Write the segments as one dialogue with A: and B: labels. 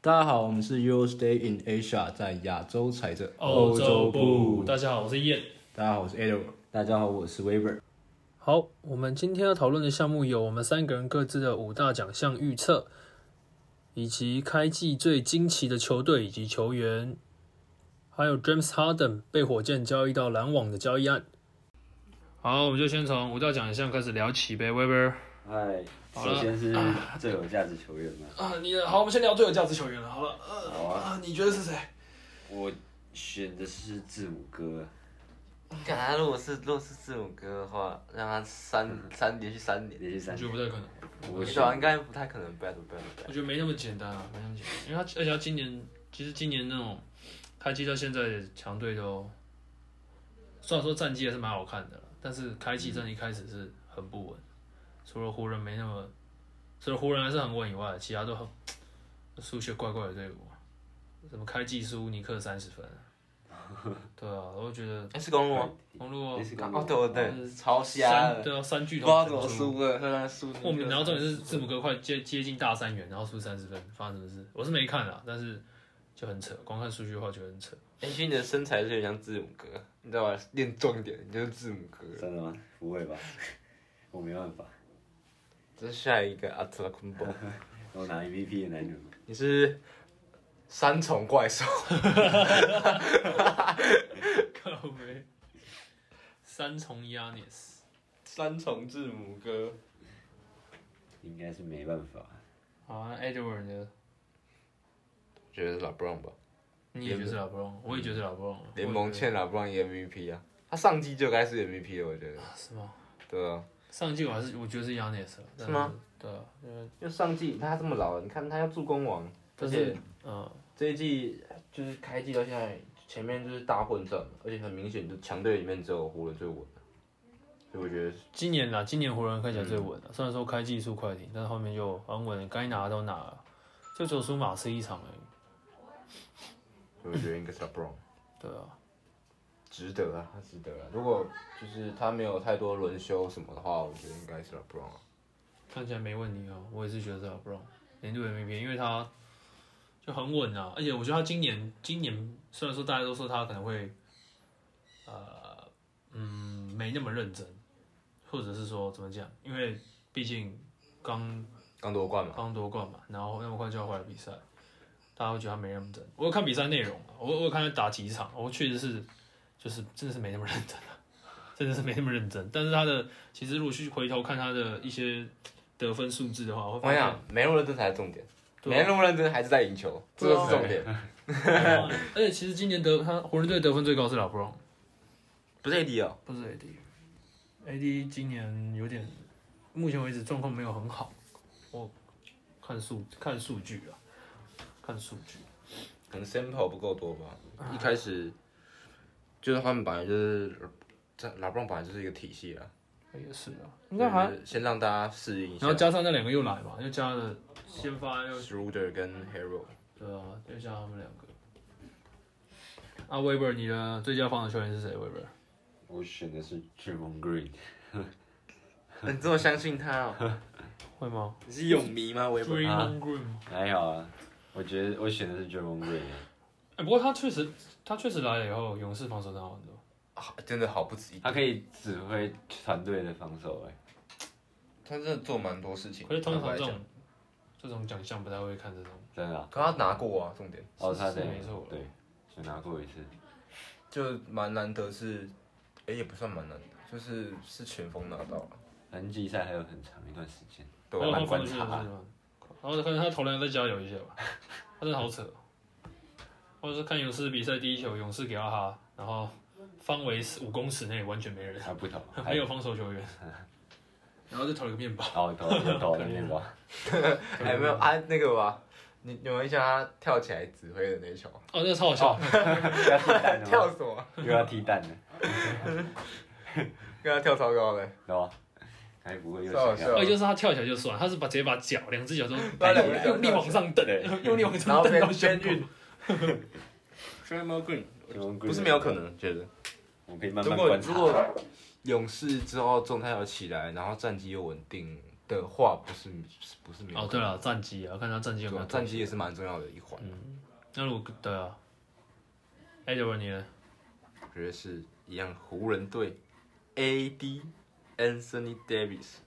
A: 大家好，我们是 Your Stay in Asia，在亚洲踩着
B: 欧洲部，。大家好，我是燕。
A: 大家好，我是 Edward。
C: 大家好，我是 Weber。
B: 好，我们今天要讨论的项目有我们三个人各自的五大奖项预测，以及开季最惊奇的球队以及球员，还有 James Harden 被火箭交易到篮网的交易案。好，我们就先从五大奖项开始聊起呗，Weber。
C: 嗨，
B: 好了
C: 首先是最有价值球员嘛，
B: 啊，你的好，我们先聊最有价值球员了。好了，呃
C: 好啊，
B: 你觉得是谁？
C: 我选的是字母哥，
D: 感觉如果是如果是字母哥的话，让他三三连续三年，
C: 嗯连续三
B: 我觉得
C: 年。
B: 不太可能，
C: 我
D: 对啊，
C: 选
D: 应该不太可能 battle battle
B: 我
D: battle。
B: 觉得没那么简单啊，没那么简单，因为他而且他今年其实今年那种开季到现在的强队都，虽然说战绩还是蛮好看的啦，但是开季真的一开始是很不稳，除了湖人没那么，除了湖人还是很稳以外，其他都很数学怪怪的队伍，啊什么开季输尼克三十分啊， 对啊，我就觉得
D: 哎，是公路吗？
B: 公路哦
C: 那是干嘛
D: 哦，？对对，超瞎
B: 三
D: 的，
B: 对啊三巨
D: 不知
B: 头
D: 道
B: 全
D: 怎么
B: 输
D: 输的，虽然输。
B: 莫名，然后重点是字母哥快接接近大三元，然后输三十分，发生什么事？我是没看啦，但是就很扯，光看数据的话就很扯。
D: 也哎许你的身材是有点像字母哥，你知道吧？练壮一点，你就是字母哥。
C: 真的吗？不会吧，我没办法，
D: 这是下一个阿特拉昆 博，
C: 我拿 MVP 的男人嘛。
D: 你是三重怪兽，
B: 靠背，三重 y a n i s
D: 三重字母哥。
C: 应该是没办法。
B: 好啊，Edward 呢？
D: 我觉得是 LeBron 吧，
B: 你也觉得是老布朗，我也觉得是老布朗。
D: 联盟欠 LeBron 一个 MVP 啊，他上季就该是 MVP 了，我觉得。
B: 是吗？
D: 对啊。
B: 上季我还是我觉得是 y a n i s
D: 是吗？
B: 对啊，嗯
D: 就上季你看他这么老了，你看他要助攻王，
B: 但
D: 而
B: 是
D: 且
B: 嗯，
D: 这一季就是开季到现在，前面就是大混战嘛，而且很明显，就强队里面只有湖人最稳的，所以我觉得是
B: 今年啦，今年湖人看起来最
D: 嗯
B: 稳了，啊虽然说开季输快艇，但是后面就很稳，该拿的都拿了，就只有输马刺一场而已。
D: 所以我觉得应该是 LeBron
B: 对啊，
D: 值得啊，他值得啊。如果就是他没有太多轮休什么的话，我觉得应该是 LeBron 啊。
B: 看起来没问题哦，我也是觉得是 LeBron 年度 MVP，因为他就很稳啊，而且我觉得他今年今年虽然说大家都说他可能会，呃，嗯，没那么认真，或者是说怎么讲，因为毕竟刚
D: 刚夺冠嘛，
B: 刚夺冠嘛，然后那么快就要回来比赛，大家会觉得他没认真。我有看比赛内容啊，我我有看他打几场，我确实是就是真的是没那么认真啊，真的是没那么认真。但是他的其实如果去回头看他的一些得分数字的话，我会
D: 我
B: 发
D: 跟你
B: 现
D: 讲，没那么认真才是重点，
B: 对啊
D: 没那么认真还是在赢球，这就是重点，
B: 而且其实今年得他湖人队得分最高是老布朗，
D: 不是 AD 哦。
B: 不是 AD。AD 今年有点，目前为止状况没有很好。我看数看数据啊，看数据。
D: 可能 sample 不够多吧。一开始就是他们本来就是这拉布朗本来就是一个体系啊，
B: 也是啊，应该还
D: 就是先让大家适应一下。
B: 然后加上那两个又来嘛，又加了先发又
D: Schroeder 跟 Hero，
B: 对啊，又加他们两个。啊，Weber，你的最佳防守球员是谁？Weber，
C: 我选的是 d r a m o n Green，
D: 你这么相信 他哦？
B: 会吗
D: 你是泳迷吗？我也不
B: d r a
C: 啊
B: m o n Green 吗？
C: 还好啊。我觉得我选的是 d r a m o n Green，啊
B: 哎、不过他确实，他确实来了以后，勇士防守真的好很多。
D: 啊真的好不止一
C: 他可以指挥团队的防守哎、
D: 他真的做蛮多事情。
B: 可是通常
D: 坦白
B: 这
D: 讲
B: 种这种奖项不太会看这种。
C: 真的啊、
D: 可他拿过啊，重点
C: 哦，
B: 是
C: 他
B: 是
C: 得
B: 没错
C: 对，就拿过一次。
D: 就蛮难得是，哎、也不算蛮难得，就是是全锋拿到了，
C: 反正季赛还有很长一段时间。
D: 对
B: 还有
D: 啊，
B: 他
D: 蛮
B: 防守
D: 观
B: 球
D: 察
B: 员是
D: 啊。
B: 吗？然后可能他投篮再加油一下吧，他真的好扯哦。或者是看勇士比赛第一球，勇士给到他，然后方围五公尺内完全没人。，
C: 他啊不投
B: 没有防守球员，
D: 嗯
B: 然后就投了个面包。
C: 还，哦，投有投的面包，
D: 还有没有啊？那个吧，你你们印象他跳起来指挥的那球，
B: 哦，那个超好笑，
C: 又要踢蛋了
D: 跳
C: 吗，
D: 什么？
C: 又要踢蛋了，
D: 跟他跳超高的，
C: 知道吗？该不会又
D: 笑
C: 想
D: 笑
C: 要
B: 而且就是啊他跳起来就算，他是把直接把脚两只脚 都
D: 把两只脚
B: 用力往上蹬
C: 对，
B: 用力往
D: 然
B: 上
D: 后
B: 蹬到
D: 边
B: 胸
D: 边
B: 口。
D: 运 t r a m o Green
C: 不
D: 不是没有可，能，觉得
C: 我可以慢
D: 如
C: 慢
D: 果
C: 观
D: 如
C: 察。
D: 果勇士之后状态要起来，然后战绩又稳定，的话，不是不是没有
B: 哦，对了，战绩啊，看他战绩有没
D: 对啊
B: 有
D: 战绩也是蛮重要的一环，
B: 那如果对啊，Edward 你呢？
D: 我觉得是一样湖人队 AD Anthony Davis，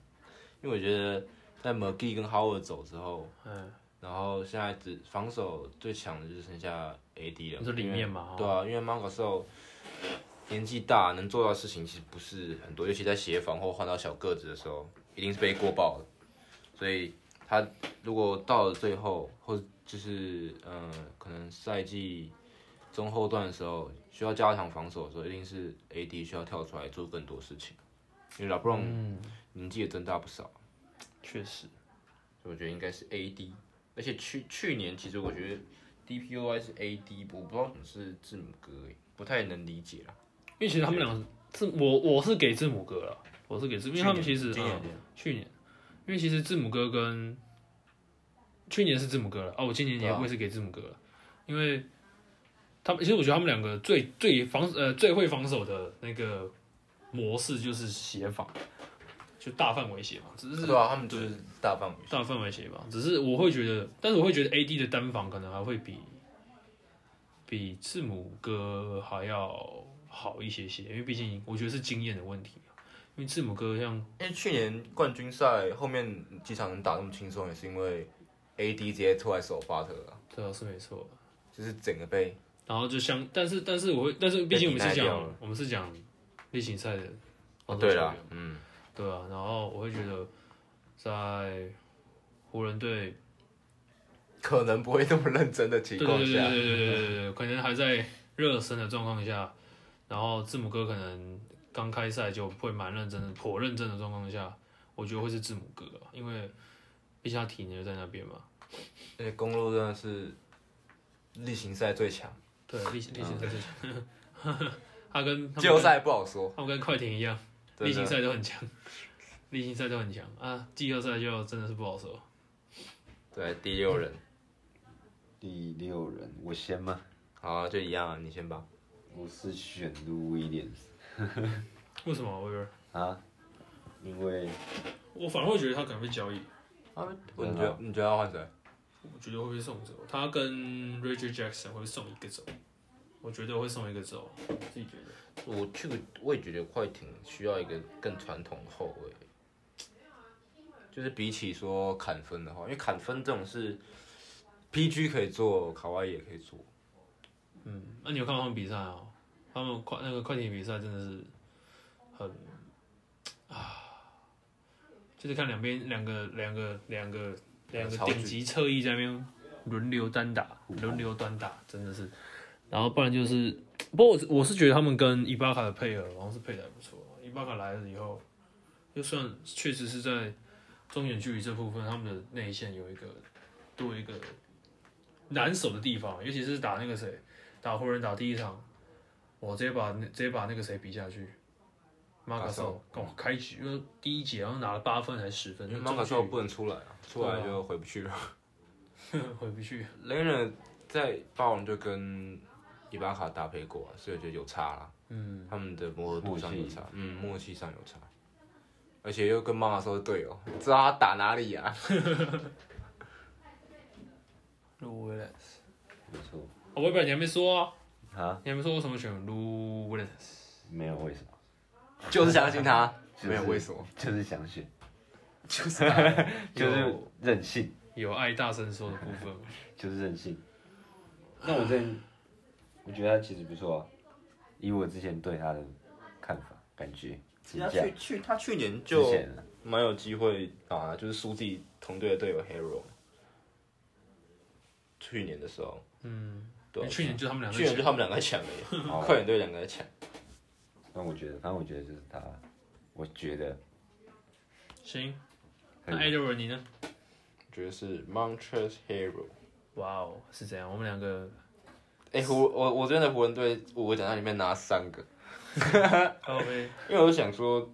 D: 因为我觉得在 McGee 跟 Howard 走之后，
B: 嗯，
D: 然后现在只防守最强的就剩下 AD 了，
B: 你说里面嘛，哦
D: 对
B: 哈，
D: 啊，因为 m a r c u s 年纪大，能做到的事情其实不是很多，尤其在协防或换到小个子的时候，一定是被过爆的。所以他如果到了最后，或者就是嗯、呃可能赛季中后段的时候需要加强防守的时候，一定是 AD 需要跳出来做更多事情，因为 LeBron
B: 嗯，
D: 年纪也增大不少，
B: 确实，
D: 所以我觉得应该是 AD。而且去去年其实我觉得 DPOI 是 AD，我不知道什么是字母哥，欸不太能理解啦。
B: 因为其实他们两个字，我我是给字母哥了，我是给字，因为他们其实
D: 今年
B: 嗯去年，因为其实字母哥跟去年是字母哥了，哦，我今年也
D: 对啊
B: 会是给字母哥了，因为他们其实我觉得他们两个最最防呃最会防守的那个模式就是协防，就大范围协防，只是
D: 对啊，他们就是大范围。
B: 大范围协防，只是我会觉得，但是我会觉得 AD 的单防可能还会比比字母哥还要好一些些，因为毕竟我觉得是经验的问题啊因为字母哥像
D: 因为去年冠军赛后面几场能打那么轻松，也是因为 AD 直接出来首发特啊，
B: 对啊是没错，
D: 就是整个被
B: 然后就像，但是但是我会，但是毕竟我们是
D: 被抵赖掉
B: 讲
D: 了
B: 我们是讲例行赛的，
D: 哦对
B: 了
D: 了，，嗯，
B: 对啊，然后我会觉得在湖人队
D: 可能不会那么认真的情
B: 对
D: 况
B: 对对
D: 下，
B: 对对对对对对，可能还在热身的状况下，然后字母哥可能刚开赛就会蛮认真的、颇认真的状况下，我觉得会是字母哥吧，因为毕竟他体能就在那边嘛。
D: 而且公路真的是例行赛最强，
B: 对，例例行赛最强，他跟
D: 季后，赛不好说，
B: 他们跟他们跟快艇一样，
D: 真的
B: 例行赛都很强，例行赛都很强啊，季后赛就真的是不好说。
D: 对第六人，
C: 第六人，我先吗？
D: 好啊就一样啊，你先吧，
C: 我是选路威廉斯
B: 为什么我有
C: 啊，因为
B: 我反而会觉得他可能被交易，
D: 啊，
C: 对啊
D: 你觉得你觉得要换谁？
B: 我觉得会被送走。他跟 Reggie Jackson 会送一个走，我觉得会送一个走。自己觉得？
D: 我去，我也觉得快艇需要一个更传统的后卫，就是比起说砍分的话，因为砍分这种事，PG 可以做，卡哇伊也可以做，
B: 嗯，那、你有看过他们比赛哦？他们快那个快艇比赛真的是很啊，就是看两边两个两个两个两个
D: 超
B: 顶
D: 巨
B: 级侧翼在那边轮流单打，轮流单打，真的是。然后不然就是，不过我是我是觉得他们跟伊巴卡的配合好像是配的还不错。伊巴卡来了以后，就算确实是在中远距离这部分，他们的内线有一个多一个难守的地方，尤其是打那个谁，打湖人打第一场，我直接把那直接把那个谁比下去，马卡索，哦，开局因为第一节好像拿了八分还是十分，
C: 嗯
D: 因为马卡
B: 中
D: 索不能出来啊，出来就回不去
C: 啊
D: 了。
B: 距离 回不去，
D: 雷人在霸王就跟伊巴卡搭配过、啊，所以我觉得有差啦，
B: 嗯，
D: 他们的磨合度上有
C: 默契
D: 差，嗯，默契上有差，而且又跟马卡索的队友，知道他打哪里啊？
B: 卢威廉，
C: 不错
B: 哦，我本来你还没说啊，
C: 啊，
B: 你还没说我什么选卢威廉斯，
C: 没有为什么，
D: 就是相信他，
C: 就是
D: 没有为什么，
C: 就是想选，
D: 就是啊他。
C: 就是
B: 有
C: 任性，
B: 有爱大声说的部分，
C: 就是任性。那我这，我觉得他其实不错啊，以我之前对他的看法感觉
D: 其
C: 评
D: 实他
C: 价
D: 去，去他去年
C: 之
D: 就
C: 前啊
D: 蛮有机会啊，就是输自己同队的队友 Hero。去年的时候，
B: 嗯，
D: 对啊、
B: 去年就他们两个
D: 去年就
B: 抢
D: 他们两个在抢而已， 哦
C: 好
D: 快点队两个在抢。
C: 那我觉得，反正我觉得就是他，我觉得
B: 行，
C: 很
B: 那 Edward 你呢？
D: 我觉得是 Montrez Hero。
B: 哇哦，是这样，我们两个
D: 哎、湖我我真的湖人队我奖项里面拿三个，
B: OK，
D: 因为我想说，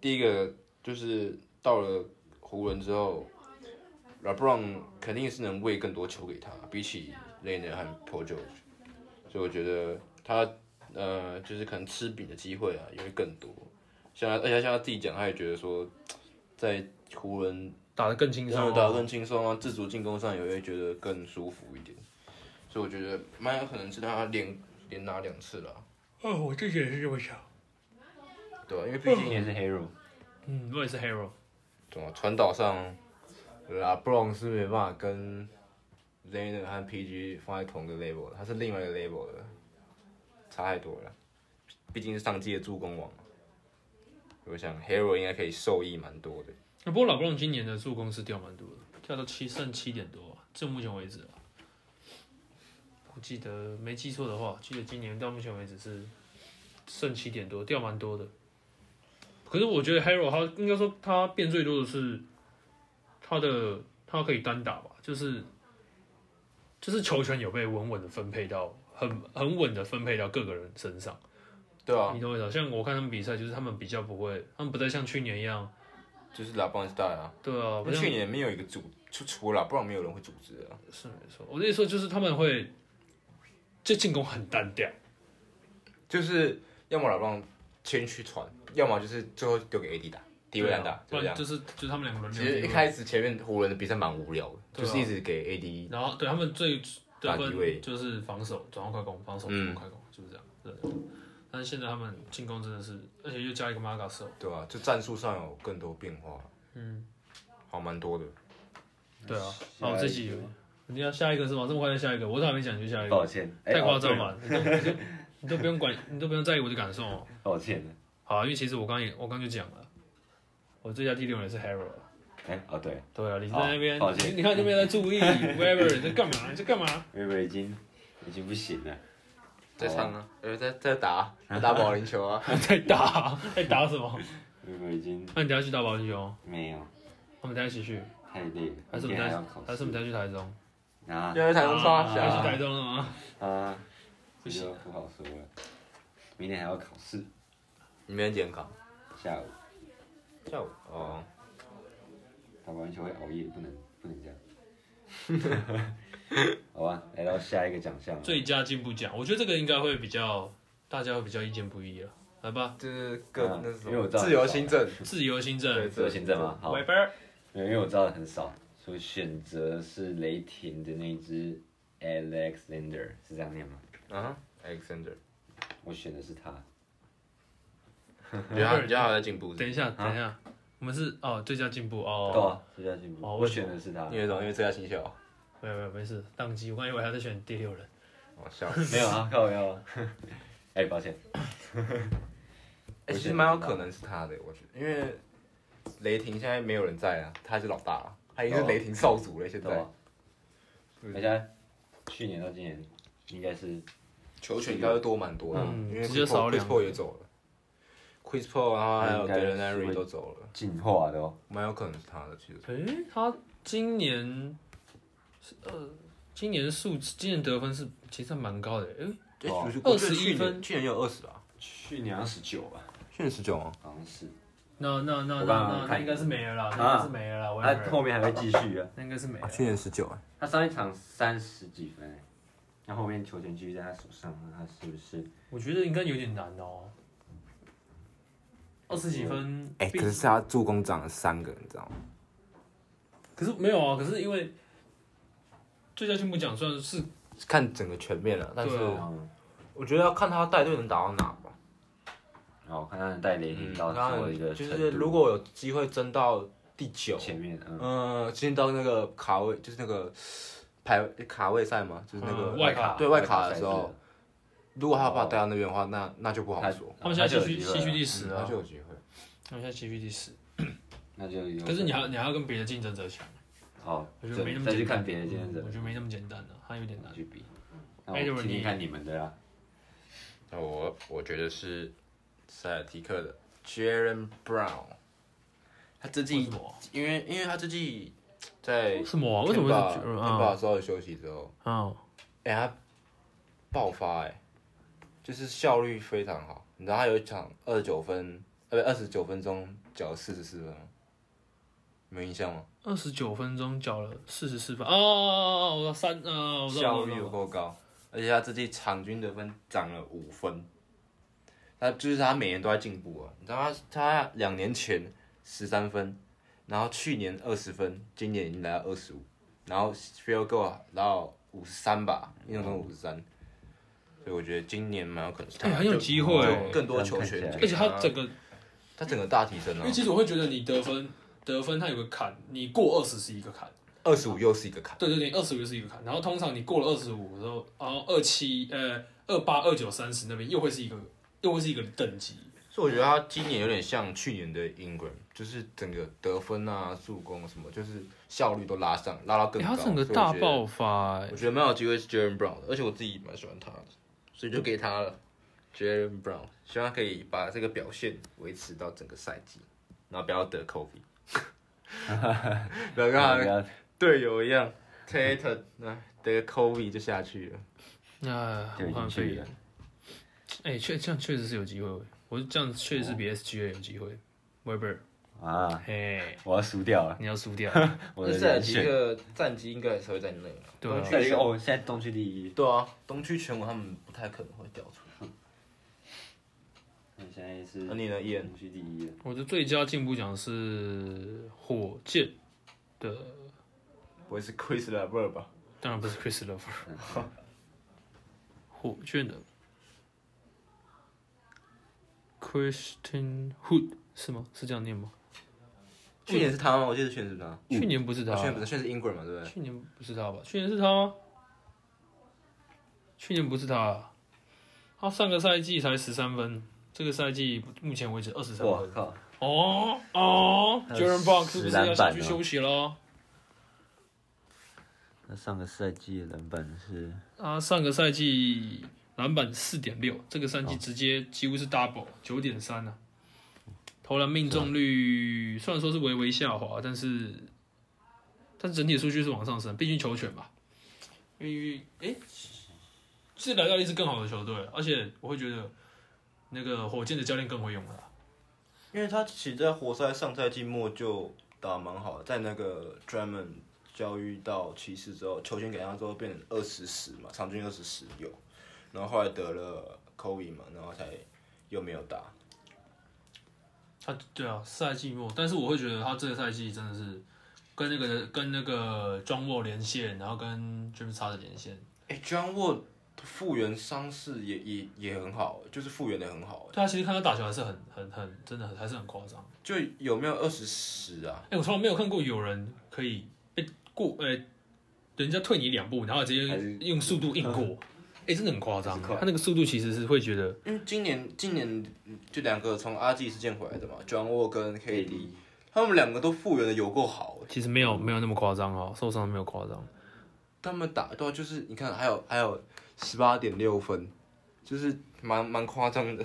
D: 第一个就是到了湖人之后，LeBron 肯定是能喂更多球给他，比起 l e n a 和 Paul George，所以我觉得他呃就是可能吃饼的机会啊也会更多。像他而且像他自己讲，他也觉得说，在湖人
B: 打得更轻松、
D: 然
B: 哦，
D: 后打得更轻松啊，自主进攻上也会觉得更舒服一点。所以我觉得蛮有可能是他连连拿两次了，
B: 哦，我自己也是这么想。
D: 对吧、因为毕
C: 今
D: 竟
C: 年是 Hero，
B: 嗯，我也是 Hero。
D: 怎么传导上，LeBron 呃是没办法跟 z a n 和 PG 放在同个 level，的他是另外一个 level 的，差太多了。毕竟是上届助攻王，我想 Hero 应该可以受益蛮多的。
B: 不过老布朗今年的助攻是掉蛮多的，掉到七剩七点多、啊，至目前为止啊。我记得没记错的话，记得今年到目前为止是剩七点多，掉蛮多的。可是我觉得 Hero 他应该说他变最多的是他的他可以单打吧，就是就是球权有被稳稳的分配到很很稳的分配到各个人身上。
D: 对啊，
B: 你懂我意思啊？像我看他们比赛，就是他们比较不会，他们不再像去年一样，
D: 就是 LeBron 是带啊，
B: 对啊，不像
D: 去年没有一个组，除除了 LeBron 没有人会组织啊。
B: 是没错。我的意思说就是他们会，这进攻很单调，
D: 就是要么老让先去传，要么就是最后丢给 AD 打，低位单打，
B: 啊不
D: 就
B: 然
D: 这样。
B: 就是就是他们两个
D: 其
B: 轮
D: 实
B: 流
D: 一
B: 低
D: 开始前面湖人的比赛蛮无聊的，
B: 对
D: 就
B: 啊
D: 是一直给 AD
B: 位，然后对他们最得
D: 打低位嗯
B: 分就是防守转换快攻，防守转换快攻，就是这样。对。但是现在他们进攻真的是，而且又加一个 m a g a s
D: 对啊，就战术上有更多变化，
B: 嗯，
D: 好蛮多的。
B: 对啊。
C: 下一个
B: 好，我自己有你要下一个是吗？这么快就下一个，我都还没讲你就下一
C: 抱
B: 个，
C: 歉，哎
B: 太夸张，
C: 哦
B: 了，你都你都你都不用管，你都不用在意我的感受哦。
C: 对抱歉了，
B: 好、啊，因为其实我刚也我刚就讲了，我最佳第六人是 Hero。
C: 哎，哦对
B: 对啊，你在那边，
C: 好抱歉
B: 你你看就没有在注 意 Weber 你在干嘛？你在干嘛？
C: ，River 已经已经不行了，
D: 在唱啊，呃，在在打啊，在打保龄球啊。
B: 在打， 在打什么？
C: ，River 已经
B: 那你等一下去打保龄球，哦
C: 没有，
B: 我们等一下一起去，
C: 太累了，
B: 还是我
C: 明
B: 们
C: 天还要
B: 等一下
C: 考，
B: 还是
C: 试
B: 我们等一下去台中？
C: 啊
D: 要在台中刷
B: 啊要去
D: 小，
B: 台中了吗？
C: 啊，
B: 不
C: 这
B: 行
C: 就
B: 啊
C: 不好说了，明天还要考试，
D: 你明天几点考？
C: 下午
D: 下午哦，
C: 打完球会熬夜，不能不能这样，好吧，来到下一个奖项了，
B: 最佳进步奖，我觉得这个应该会比较，大家会比较意见不一啊。来吧，
D: 就是各
C: 啊
D: 那是什
C: 因为我
D: 么
C: 知道
D: 自由新政，
B: 自由新政
D: 对
C: 自由行政吗？好，
B: ，Weber，
C: 没有因为我知道的很少，所以选择是雷霆的那一只 Alexander，是这样念吗？
D: 嗯哼，Alexander，
C: 我选的是他，
D: 你觉得他你觉得他有在进步是不
B: 等
D: 是？
B: 一下，等一下，我们是哦，最佳进步
C: 啊对
B: 哦，
C: 啊，最佳进步。
B: 哦
C: 我选的是他，
D: 因为什么？因为最佳新秀。啊
B: 没有没有没事，宕机，我刚以为还在选第六人，
D: 哦，笑死。
C: 没有啊，靠没有啊。 哎，抱歉，
D: 哎、其实蛮有可能是他的，我觉得，因为雷霆现在没有人在啊，他是老大了，他已经是雷霆少主了。现
C: 对
D: 在
C: 吧？大家去年到今年应该是
D: 球权应该会多蛮多的，
B: 嗯
D: 因为
B: 直接少
D: Chris
B: 两
D: Paul 也走了，Chris Paul 然后还有
C: 应该是
D: Dalen a r y 都走了，
C: 进化的哦。
D: 蛮有可能是他的。其实
B: 诶、他今年是呃，今年数字，今年得分是其实还蛮高的。诶、
D: 对啊
C: 哦
D: 就是我觉得
B: 21
D: 去年
B: 分
D: 去年有二十啊，
C: 去年好像十九吧，
D: 去年十九啊，
C: 好像是。
B: 那那那
C: 我刚刚
B: 那那
C: 看
B: 应该是没了啦，
C: 啊
B: 那应该是没了啦，我也
C: 他
B: 没
C: 后
B: 了，
C: 面还会继续啊。
B: 那应该是没了。
D: 年十九啊，
C: 他上一场三十几分哎，那后面球权继续在他手上，那他是不是？
B: 我觉得应该有点难哦、二十几分，
C: 哦
B: 并
D: 他助攻涨了三个，你知道吗？
B: 可是没有啊，可是因为最佳进步奖虽然是
D: 看整个全面了，但是
B: 对啊
C: 嗯，
D: 我觉得要看他带队能打到哪吧。
C: 然后看他能带雷霆到
D: 当
C: 什么
D: 然
C: 一个
D: 嗯就
C: 程
D: 是
C: 度
D: 如果有机会争到第九，
C: 前面嗯。
D: 呃，进到那个卡位，就是那个排卡位赛嘛，就是那个、
B: 嗯外卡
D: 对外卡的时候，，如果他把他带到那边的话，那那就不好说，
B: 他们现在
C: 就
B: 西区西区第十
C: 嗯
D: 那
B: 啊
D: 嗯就，有机会。
B: 他们现在西区第十，
C: 那就有。
B: 可是你还你还要跟别的竞争者抢，
C: 好，
B: 我觉得没那么
C: 再去
B: 简单嗯
C: 看别的竞争者
B: 我觉得没那么简单的、啊，还有点难。
C: 去比。那
B: 哎
C: 我听听看你们的啊啦，
D: 那我我觉得是塞尔提克的 Jaren Brown，他这
B: 为
D: 季
B: 什么？
D: 因为因为他这季在
B: 为什么啊？为什么会是
D: Kemba-
B: 啊
D: Kemba 稍微休息之后，
B: 啊？
D: 哎、他爆发哎、就是效率非常好。你知道他有一场二十九分，呃，不，二十九分钟缴了四十四分吗？你没印象吗？
B: 二十九分钟缴了四十四分哦哦哦哦，我三呃，我知道
D: 效
B: 我知
D: 率
B: 道
D: 有够高，而且他这季场均得分涨了五分。他就是他每年都在进步啊，你知道他他两年前十三分，然后去年二十分，今年已经来到二十五，然后 field goal 到五十三吧，印象中五十三，所以我觉得今年蛮有可能是他、
B: 哎很有机会
D: 就更多球
C: 这样
D: 权
C: 看，起
B: 而且他整个，
D: 他整个大提升
B: 因
D: 了
B: 为，其实我会觉得你得分得分它有个坎，你过二十是一个坎，
D: 二十五又是一个坎，
B: 对对对，二十五是一个坎，然后通常你过了二十五之后，然后二七呃二八二九三十那边又会是一个又会是一个等级，
D: 所以我觉得他今年有点像去年的 Ingram，就是整个得分啊、助攻什么，就是效率都拉上，拉到更
B: 哎
D: 高。所以我觉得
B: 发、
D: 我觉得蛮有机会是 Jalen Brown 的，而且我自己蛮喜欢他的，所以就给他了 Jalen Brown，希望他可以把这个表现维持到整个赛季，然后不要得 Kobe，不要跟他的
C: 要
D: 队友一样 Tatum，那得 Kobe 就下去了。
B: 那
C: 就已经去了，
B: 哎，确这样确实是有机会，我这样确实是比 SGA 有机会，Weber，
C: 啊！
B: 嘿，
C: 我要输掉了，
B: 你要输掉，
C: 我
D: 那
C: 的
D: 塞尔
C: 人
D: 提
C: 选。
D: 克战绩应该也是会在内了。
B: 对啊
D: 东
C: 再一
D: 区
C: 个哦，现在东区第一，
D: 对啊，东区全国他们不太可能会掉出来。
C: 那现在是
D: 啊那你呢，Ian？
C: 东区第一了。
B: 我的最佳进步奖是火箭的，
D: 不会是 Chris l a v e r 吧？
B: 当然不是 Chris Lover，火箭的 Christian Hood 是吗？是这样念吗？
D: 去年是他吗？我记得去年是不是他？
B: 去年不是他，
D: 去年不是，哦去年是 Ingram 嘛，对不对？
B: 去年不是他吧？去年是他吗？去年不是他，啊他上个赛季才十三分，这个赛季目前为止二十三
C: 我
B: 分。
C: 靠，
B: 哦哦
C: 他有
B: ，Jaren Brown 是不
C: 十
B: 是要
C: 篮板
B: 下去
C: 哦
B: 休息了？
C: 那上个赛季的篮板是
B: 他上个赛季篮板四点六，这个赛季直接几乎是 double 九点三呢。投篮命中率虽然说是微微下滑，但是但是整体数据是往上升，毕竟球权吧。因为诶，是来到一支更好的球队，而且我会觉得那个火箭的教练更会用他。
D: 因为他其实在活塞上赛季末就打蛮好的，在那个 Drummond 交易到骑士之后，球权给他之后变成二十十嘛，场均二十十有，然后后来得了 Kobe 嘛，然后才又没有打。
B: 他对啊，赛季末，但是我会觉得他这个赛季真的是跟那个跟那个庄沃连线，然后跟 James Harden 连线。
D: 哎、j o h n Wall 复原伤势也也也很好，就是复原的很好，
B: 对啊，其实看他打球还是很很很，真的很还是很夸张。
D: 就有没有二十十啊？
B: 哎、我从来没有看过有人可以被过，呃、人家退你两步，然后直
C: 还
B: 接
C: 是
B: 用速度硬过， 哎、真的很夸张。
C: 还是快
B: 他那个速度其实是会觉得，
D: 因为今年今年就两个从阿基事件回来的嘛，John
B: 嗯
D: Wall 跟 KD，他们两个都复原的有够好、欸
B: 其实没有没有那么夸张哦，受伤没有夸张。
D: 他们打对、啊，就是你看还有还有十八点六分，就是蛮蛮夸张的。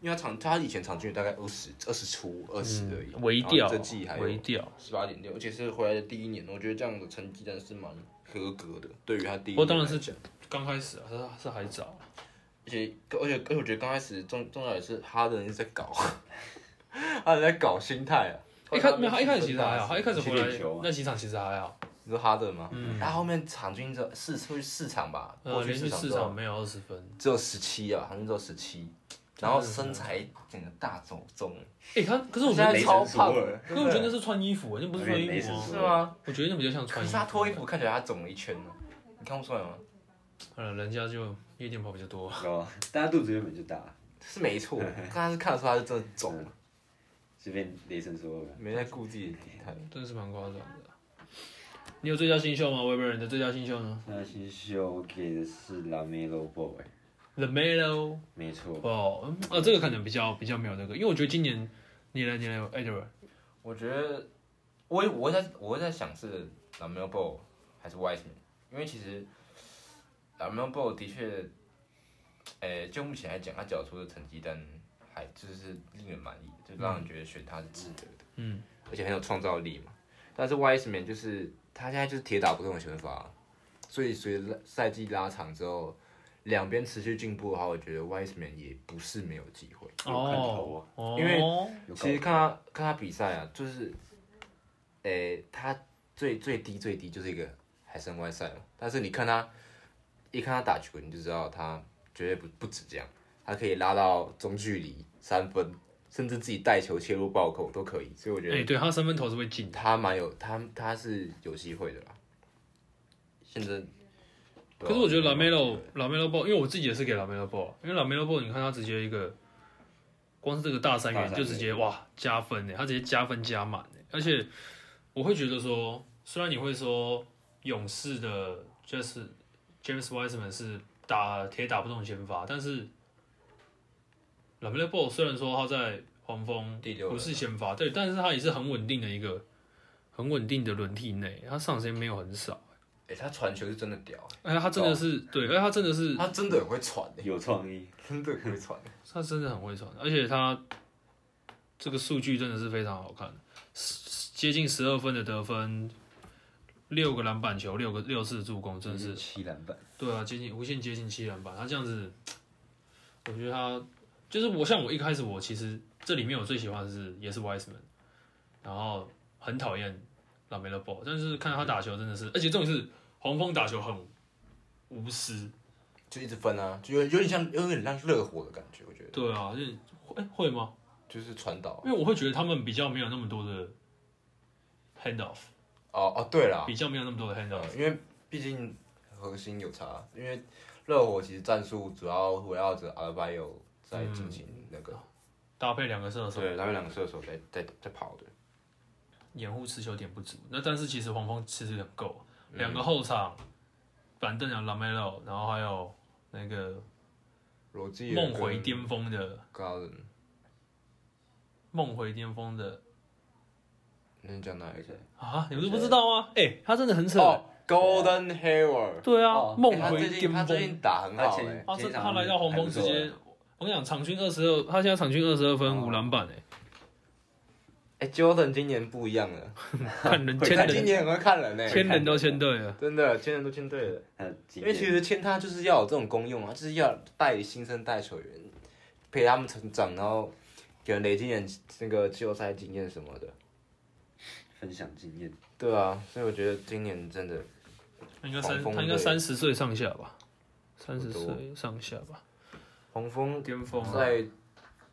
D: 因为他场他以前场均大概二十二十出二十而已，
B: 嗯
D: 啊
B: 微掉
D: 然后这季还，
B: 微
D: 有
B: 掉。
D: 十八点六，而且是回来的第一年，我觉得这样的成绩真的是蛮合格的。对于他第一
B: 不过
D: 年，
B: 当然是，刚开始啊，是是还早。
D: 而且而且而且我觉得刚开始重重要也是哈登一直在搞， 哈登在搞心态啊。
B: 一开没有，他一开始其实还好，他一开始回
C: 去练
B: 来
D: 啊
C: 球嘛
B: 那几场其实还好，
D: 你说哈登吗？他后面场均只有四出去四场吧，
B: 嗯呃，
D: 过去
B: 连续
D: 四场啊
B: 四
D: 之后
B: 场没有二十分。
D: 只有十七啊，好像只有十七，然后身材整个大走中，
B: 哎、他可是我
D: 现
B: 觉得
D: 在
C: 雷神
D: 超胖
C: 索尔，
B: 欸可是我觉得那是穿衣服，那不是穿衣
C: 雷
B: 服
C: 神
B: 啊
C: 索
D: 是
C: 尔
D: 吗？
B: 我觉得那比较像
D: 可
B: 穿衣
D: 是
B: 服。
D: 他脱衣服看起来他肿了一圈呢，你看不出来吗？
B: 呃，人家就夜店跑比较多。
C: 高，但他肚子原本就大，
D: 是 没错，但是看得出他是真的肿了，
C: 这边雷神说了，
D: 没在顾自己的体态。
B: 真的是蛮夸张的。你有最佳新秀吗？微博人的最佳新秀呢
C: 那新秀给的是拉梅洛 boy，
B: ？The Melo
C: 没错，
B: 哦，嗯啊，这个可能比较比较没有那个，因为我觉得今年你来你来 Edward
D: 我觉得，我也我会在我会在想是 l a m e l Ball 还是 Wiseman，因为其实 l a m e l Ball 的确，诶、就目前来讲，他缴出的成绩单还就是令人满意，就让人觉得选他是值得的，
B: 嗯，
D: 而且很有创造力嘛。但是 Wiseman 就是他现在就是铁打不动的选法，所以随着赛季拉长之后，两边持续进步的话，我觉得 Wiseman 也不是没有机会。
C: 有看头
B: 哦，哦
D: 因为
C: 有高
D: 其实看他看他比赛啊，就是，诶、他最最低最低就是一个海参外赛嘛。但是你看他，一看他打球，你就知道他绝对不不止这样，他可以拉到中距离三分，甚至自己带球切入暴扣都可以。所以我觉
B: 哎、
D: 得
B: 对他三分投是会进的，
D: 他蛮有他他是有机会的啦。现在，对啊
B: 可是我觉得 Lamelo
D: 对啊
B: Lamelo ball，因为我自己也是给 Lamelo ball，因为 Lamelo ball 你看他直接一个，光是这个大三
C: 大
B: 元
C: 三
B: 就
C: 元
B: 直接哇加分呢，欸他直接加分加满呢，而且我会觉得说，虽然你会说勇士的就是 James Wiseman 是打铁打不动先发，但是 Lamelo ball 虽然说他在黄蜂
D: 第六人啊
B: 不是先发，对，但是他也是很稳定的一个很稳定的轮替内，他上场时间没有很少。
D: 哎、他传球是真的屌、啊
B: 哎、他真的是对，而哎且他真的是，
D: 他真的很会传、欸，
C: 有创意，
D: 真的很会传、欸
B: 他真的很会传，而且他这个数据真的是非常好看，十接近十二分的得分，六个篮板球，六个六次助攻，真的是
C: 七篮板，
B: 对啊，接近无限接近七篮板，他这样子，我觉得他就是我像我一开始我其实这里面我最喜欢的是也是 Wiseman，然后很讨厌拉梅勒 ball，但是看到他打球真的是，而且重点是黄蜂打球很无私。
D: 就一直分啊，就有有点像有点像热火的感觉，我觉得
B: 对啊，就是会、哎会吗？
D: 就是传导。
B: 因为我会觉得他们比较没有那么多的 hand off，
D: 哦哦，对啦，
B: 比较没有那么多的 hand off。
D: 因为毕竟核心有差，因为热火其实战术主要围绕着阿尔巴有在进行那个，
B: 搭配两个射手，
D: 嗯对，他们两个射手在在在跑的，
B: 掩护持球点不足。那但是其实黄蜂其实很够，
D: 嗯
B: 两个后场板凳有 Lamelo，然后还有那个
D: 罗志
B: 梦回巅峰的
D: 高人，
B: 梦回巅峰的
D: 能讲哪一个？
B: 啊，你们都不知道吗？哎、他真的很扯。
D: 哦，Golden Hayward，
B: 对啊
C: 哦，
B: 梦、
D: 欸他
B: 回
D: 最近
B: 巅
D: 他
B: 峰。
D: 最近打很
C: 他
D: 好
C: 前
D: 哎，
B: 啊，
C: 前
B: 这
C: 一场
B: 他来到黄蜂直
C: 还
B: 接
C: 不错，
B: 我跟你讲，场均二十二，他现在场均二十二分，五篮板哎、
D: 哎，Jordan 今年不一样了，
B: 看人
D: 他
B: 千
D: 今
B: 人
D: 年哦 很会看人哎，
B: 千人都签对了。
D: 真的签人都签对了。
C: 他今
D: 因为其
C: 年
D: 实签他就是要有这种功用啊，就是要带新生代球员，陪他们成长，然后给人累积点那个季后赛经验什么的。
C: 分享经验，
D: 对啊，所以我觉得今年真的
B: 他应该
D: 黄
B: 三，
D: 蜂
B: 他应该
D: 队
B: 三十岁上下吧，三十
D: 不多
B: 岁上下吧，
D: 黄蜂
B: 巅峰啊
D: 在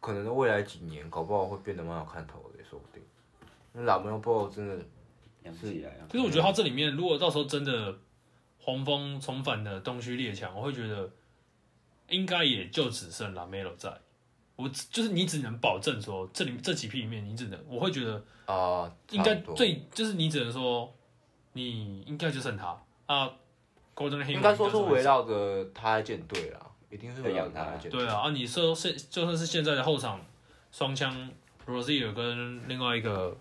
D: 可能未来几年，搞不好会变得蛮好看头的，也说不定。那老梅鲍真的
C: 养起来啊。
B: 可是我觉得他这里面，如果到时候真的黄蜂重返的东区列强，我会觉得应该也就只剩拉梅罗在。我只就是你只能保证说，这里这几批里面，你只能我会觉得
D: 啊，
B: 应该
D: 差不多
B: 最就是你只能说，你应该就剩他啊。Golden Hill
D: 应该说是
B: 会
D: 围绕着他来建队啦，一定是围绕着
C: 要养
D: 他
C: 他
D: 来建队。
B: 对啊，啊，你说现就算是现在的后场双枪 Rosier 跟另外一个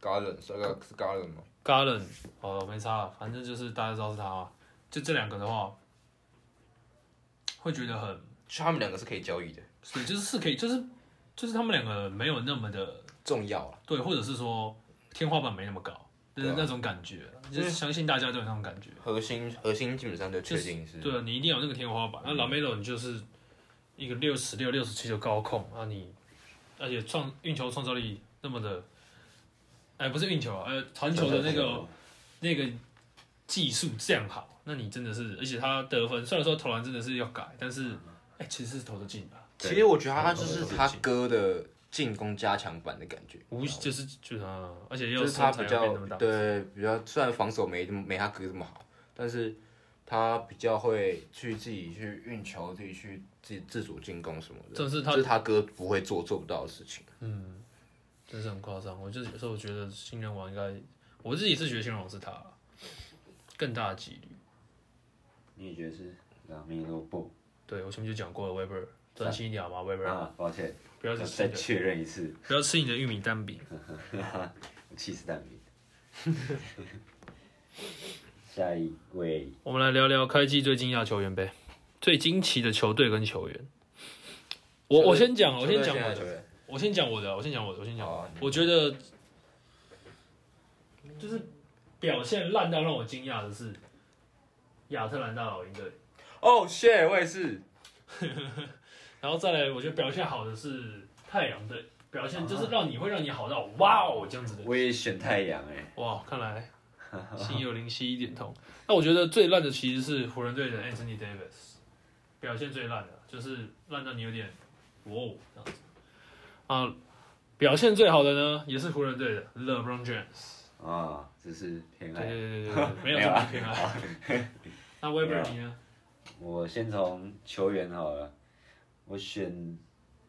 D: Garden 是那个是 Garden 吗？
B: 呃 Garland，哦，没差了，反正就是大家知道是他嘛。就这两个的话，会觉得很，
D: 就他们两个是可以交易的，
B: 对，就是是可以，就是就是他们两个没有那么的
D: 重要啊。
B: 对，或者是说天花板没那么高，就是
D: 对啊
B: 那种感觉，就是相信大家都有那种感觉。
D: 核心核心基本上就确定是，嗯
B: 对啊，你一定要有那个天花板。那 Lamelo 你就是一个六十六、六十七的高控，啊你，而且创运球创造力那么的，哎，不是运球啊，呃，传球的那个那个技术这样好，那你真的是，而且他得分虽然说投篮真的是要改，但是
D: 嗯
B: 哎，其实是投得进的啊，
D: 其实我觉得他就是他哥的进攻加强版的感觉，
B: 无就是就是啊，而且又
D: 嗯就是他比
B: 身材又
D: 较
B: 没那么大，
D: 对比较虽然防守没这么没他哥这么好，但是他比较会去自己去运球，自己去自己自主进攻什么的，
B: 正是他
D: 这是他哥不会做做不到的事情。
B: 嗯，真是很夸张。我就是有时候我觉得新人王应该，我自己是觉得新人王是他啊更大的几率。
C: 你也觉得是拉米洛布
B: 对，我前面就讲过了，Weber，专心一点好吗？Weber，
C: 啊？抱歉，
B: 不要
C: 我
B: 只吃
C: 再
B: 你的，
C: 确认一次，
B: 不要吃你的玉米蛋饼。
C: 我气死蛋米。 下一位，
B: 我们来聊聊开季最惊讶球员呗，最惊奇的球队跟球员。我我先啊讲，我先讲我
D: 球
B: 的，
D: 员，
B: 我先讲我的，我先讲我的，我先讲
D: 好
B: 我
D: 啊
B: 的。我觉得就是表现烂到让我惊讶的是亚特兰大老鹰队。
D: 哦，谢，我也是，
B: 然后再来，我觉得表现好的是太阳队，表现就是让你会让你好到哇哦这样子的，
C: 我也选太阳哎、
B: 哇，看来心有灵犀一点通。 那我觉得最烂的其实是湖人队的 Anthony Davis，表现最烂的，就是烂到你有点哇哦这样子。啊，表现最好的呢也是湖人队的 LeBron James。
C: 啊，只是偏
B: 对
C: 爱。
B: 对对对对，哎没有
C: 没有
B: 这么
C: 啊
B: 偏 爱。那 Weber 你呢？
C: 我先从球员好了，我选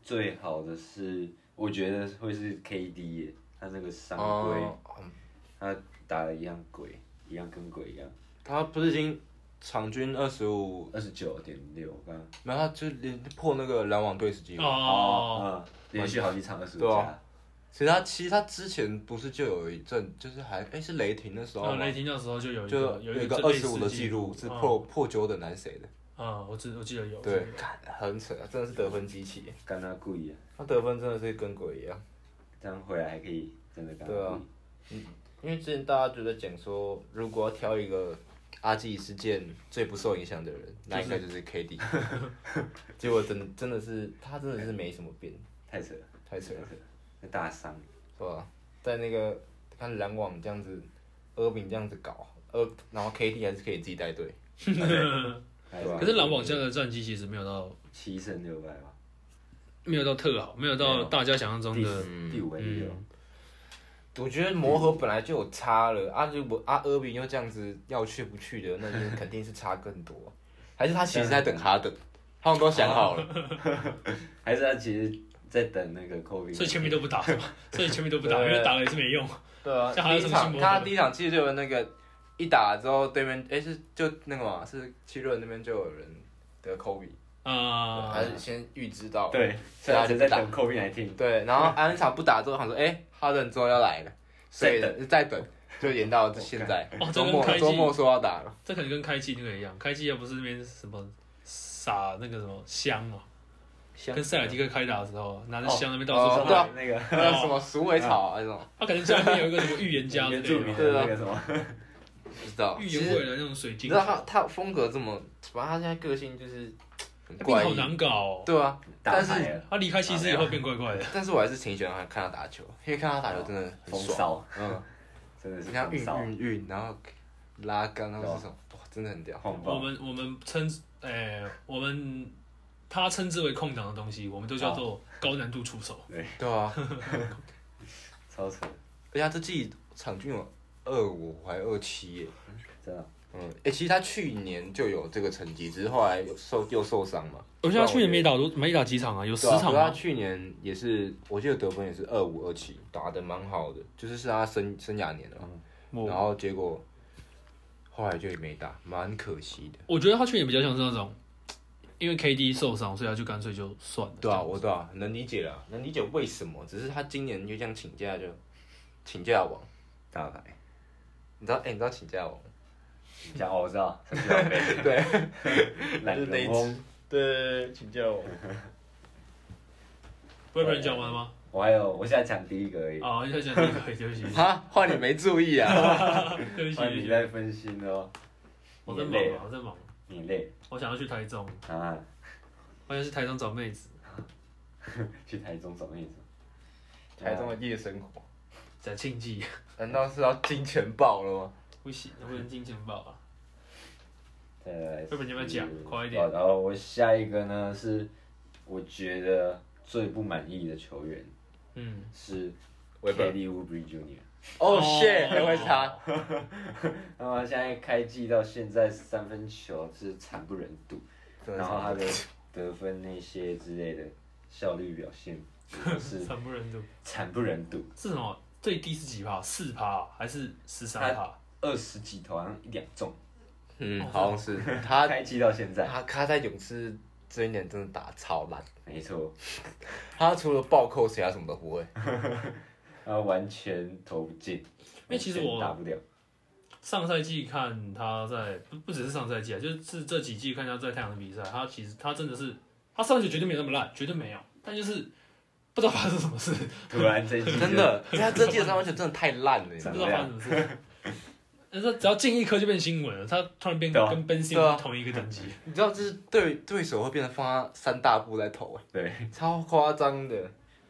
C: 最好的是，我觉得会是 KD，耶他那个伤规，
D: 哦，
C: 他打的一样鬼，一样跟鬼一样，
D: 他不是已经场均二十五，
C: 二十九点六，刚刚
D: 没有他就连破那个篮网队史纪录。
B: 哦，
C: 啊，连续好几场二十五
D: 对
C: 加
D: 啊，其实他其实他之前不是就有一阵，就是还哎是雷霆的时候
B: 那
D: 吗
B: 雷霆那时候就有一
D: 就
B: 个
D: 有
B: 一
D: 一个二
B: 类
D: 十
B: 似
D: 五的记录是
B: 嗯
D: 破破九的男谁的？
B: 啊，我记我记得有
D: 对，看很扯，啊，真的是得分机器，
C: 干他故意啊，
D: 他得分真的是跟鬼一样。
C: 这样回来还可以真的干他
D: 对啊
C: 故意，
D: 因为之前大家觉得讲说，如果要挑一个阿基里斯腱最不受影响的人，那应该就 是 KD。结果真的真的是他真的是没什么变，
C: 太扯了，
D: 太扯了，
C: 了，那大 伤，
D: 是吧？在那个看篮网这样子，厄饼这样子搞，呃，然后 KD 还是可以自己带队，
C: 对吧
D: 啊
B: 可是篮网这样的战绩其实没有到
C: 七胜六败吧，
B: 没有到特好，没有
C: 没
B: 到
C: 有
B: 大家想象中
C: 第
B: 的
C: 四
D: 嗯
C: 第五还是六，
D: 我觉得磨合本来就有差了，啊，如果啊厄饼又这样子要去不去的，那就是肯定是差更多。还是他其实在等哈登，他们都想 好了，
C: 还是他其实在等那个 Kobe，
B: 所以球迷都不打，是吧？所以球迷都不打，因
D: 对
B: 为打了也是没用。
D: 对啊，
B: 这还有
D: 第
B: 什
D: 一
B: 么新
D: 场
B: 模式
D: 他第一场其实就有那个一打之后，对面哎、诶是就那个嘛，是七六人那边就有人得 Kobe，、
B: 啊
D: 还，是先预知到
C: 对，所以他就在等 Kobe 来听。
D: 对，然后安场不打之后，想说哎哈登之后要来了，所以
C: 再
D: 再等，就延到现在
B: 哦这
D: 周
B: 跟
D: 末
B: 开机
D: 周末说要打了，
B: 这可能跟开季那个一样，开季要不是那边什么撒那个什么香嘛，跟塞尔提克开打的时候拿着香那边到处
D: 哦对
B: 撒，
D: 啊
C: 那 个
D: 还有什
B: 哦
D: 么鼠尾草啊那种，
B: 他可能下面有一个什么预言家之
C: 原住
B: 类
C: 民
B: 的，
C: 的那个什么，
D: 不知道。
B: 预
D: 其
B: 言未
D: 实
B: 来那种水
D: 你
B: 晶
D: 知道他
B: 球，
D: 他风格这么，反正他现在个性就是很
B: 病
D: 怪
B: 好
D: 异，
B: 难搞哦。
D: 对啊，
C: 打
D: 但是
C: 牌了，
B: 他离开骑士以后变怪怪的，
D: 但是我还是挺喜欢看他打球，因为看他打球真的很
C: 风
D: 爽，
C: 骚，
D: 嗯。
C: 真的是
D: 你看
C: 风
D: 运
C: 骚，
D: 运运，然后拉杆啊或是什么，哇，真的很屌。
C: 狂
B: 我
C: 暴，
B: 们我们称哎我们。他称之为空档的东西，我们都叫做高难度出手。
D: 对啊，
C: 超扯，
D: 而且他这季场均有二五还二七耶。
C: 真的。
D: 嗯，哎、其实他去年就有这个成绩，只是后来又受又受伤嘛。
B: 我觉得他去年没打多，没打几场啊，有十
D: 对啊，可
B: 场
D: 是他
B: 吗？
D: 去年也是，我记得得分也是二五二七，打的蛮好的，就是是他生生涯年了嘛。
B: 嗯
D: 然后结果后来就也没打，蛮可惜的。
B: 我觉得他去年比较像是那种，因为 KD 受伤，所以他就干脆就算了。
D: 对啊，我对啊，能理解啦，能理解为什么。只是他今年就这样请假就请假王，
C: 大牌，
D: 你知道？哎、你知道请假王吗？
C: 你讲哦，我知道，神奇宝贝，
D: 对，
C: 懒
D: 就是那一
C: 人翁，
D: 对，请教我。
B: 会被人讲完了吗？
C: 我还有，我现在讲第一个而已，
B: 啊，你在讲这个，对 不起，
D: 哈，换你没注 意啊？
B: 对不起，
C: 换你在分心哦，
B: 我在
C: 你
B: 忙
C: 累
B: 啊，
C: 了，
B: 我在忙。
C: 你累
B: 我想要去台中，
C: 啊，
B: 我想去台中找妹子，
C: 去台中找妹子，
D: 台
C: 啊
D: 中的夜生活，
B: 在庆记，
D: 难道是要金钱豹了吗？
B: 不行，我能金钱豹啊。
C: 再来
B: 要不然你要不要
C: 是
B: 讲快一点
C: 好然后我下一个呢是，我觉得最不满意的球员
B: 嗯，
C: 是
D: Weber
C: KD Woodbury Jr.，
D: 哦、
B: 哦
D: shit，还会差。
C: 那么现在开季到现在三分球是惨不忍睹，
D: 真的
C: 然后他
D: 是
C: 的得分那些之类的效率表现也都是
B: 惨不忍睹，
C: 惨不忍睹，
B: 是什么？最低是几趴？四趴还是十三趴？
C: 二十几投好像一两中，
B: 哦
D: 嗯，好像是他，
C: 开季到现在，
D: 他他在勇士这一年真的打超烂，
C: 没错，
D: 他除了暴扣，其他什么都不 会。
C: 他完全投不进，因
B: 为其实我
C: 打不 了，
B: 上赛季看他在不不只是上赛季啊，就是这几季看他在太阳的比赛，他其实他真的是，他上学绝对没有那么烂，绝对没有，但就是不知道发生什么 事，
C: 突然这一季就
D: 真的，他这季的三分球真的太烂了，你知道
B: 不
D: 吗
B: 知道发生什么事。但是只要进一颗就变新闻了，他突然变
C: 对啊
B: 跟 Ben s i
D: 对啊
B: m 同一个等级，
D: 你知道这是对对手会变成放他三大步在投，哎，
C: 对，
D: 超夸张的。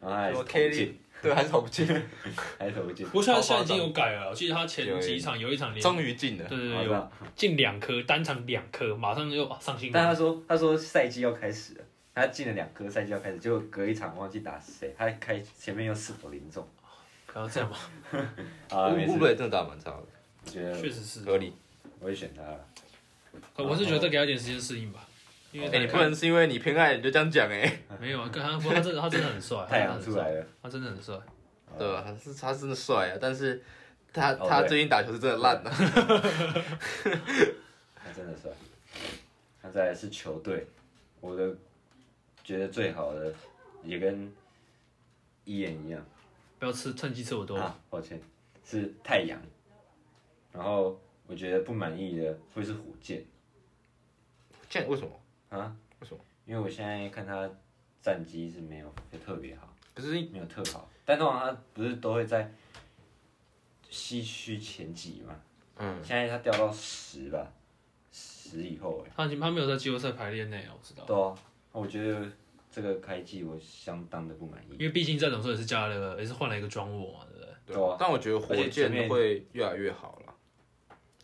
C: 然后还嗯是
D: 什
C: 投
D: 么
C: 不
D: KD
C: 进，
D: 对，还是投不进，
C: 还是投不进，
B: 不过现在现在已经有改了，我记得他前几场有一场连，
D: 终于进了
B: 对。对
C: 好
B: 对，有
C: 吧
B: 进两颗，单场两颗，马上就啊上新
C: 但他
B: 闻。
C: 说他说赛季要开始了，他进了两颗赛季要开始，结果隔一场忘记打谁，他开前面又是否零中
B: 不要这样吧，
C: 啊，没
D: 哦乌乌
C: 事，
D: 雷真的打得蛮差的，
C: 我觉得
B: 确实是。
D: 合理。
C: 我会选他了。
B: 可我是觉得再给他一点时间适应吧，因
C: 嗯
B: 为
D: 哎、
B: 他
D: 你不能是因为你偏爱你就这样讲哎、
B: 没有啊，跟他不，他真的他真的很 帅，
C: 太阳出来了，
B: 他真的很帅，
D: 对吧？他是他真的帅啊，但是他
C: 哦
D: 他
C: 对
D: 最近打球是真的烂啊。
C: 他真的帅。那再来是球队，我的觉得最好的也跟一眼一样
B: 不要吃趁机吃我多。
C: 啊，抱歉，是太阳。然后我觉得不满意的会是火箭
D: 这样为什么？
C: 啊，
D: 为什么？
C: 因为我现在看他战绩是没有特别好。
D: 可是
C: 没有特好，但通常他不是都会在西区前几嘛？
D: 嗯，
C: 现在他掉到十吧，十以后哎、
B: 他已经他没有在季后赛排列内啊，我知道，
C: 对啊，我觉得这个开季我相当的不满意。
B: 因为毕竟在董事也是加了个，也是换了一个庄沃嘛，对不对？
D: 对
C: 对啊
D: 但我觉得火
C: 而且前
D: 箭
C: 面
D: 会越来越好了，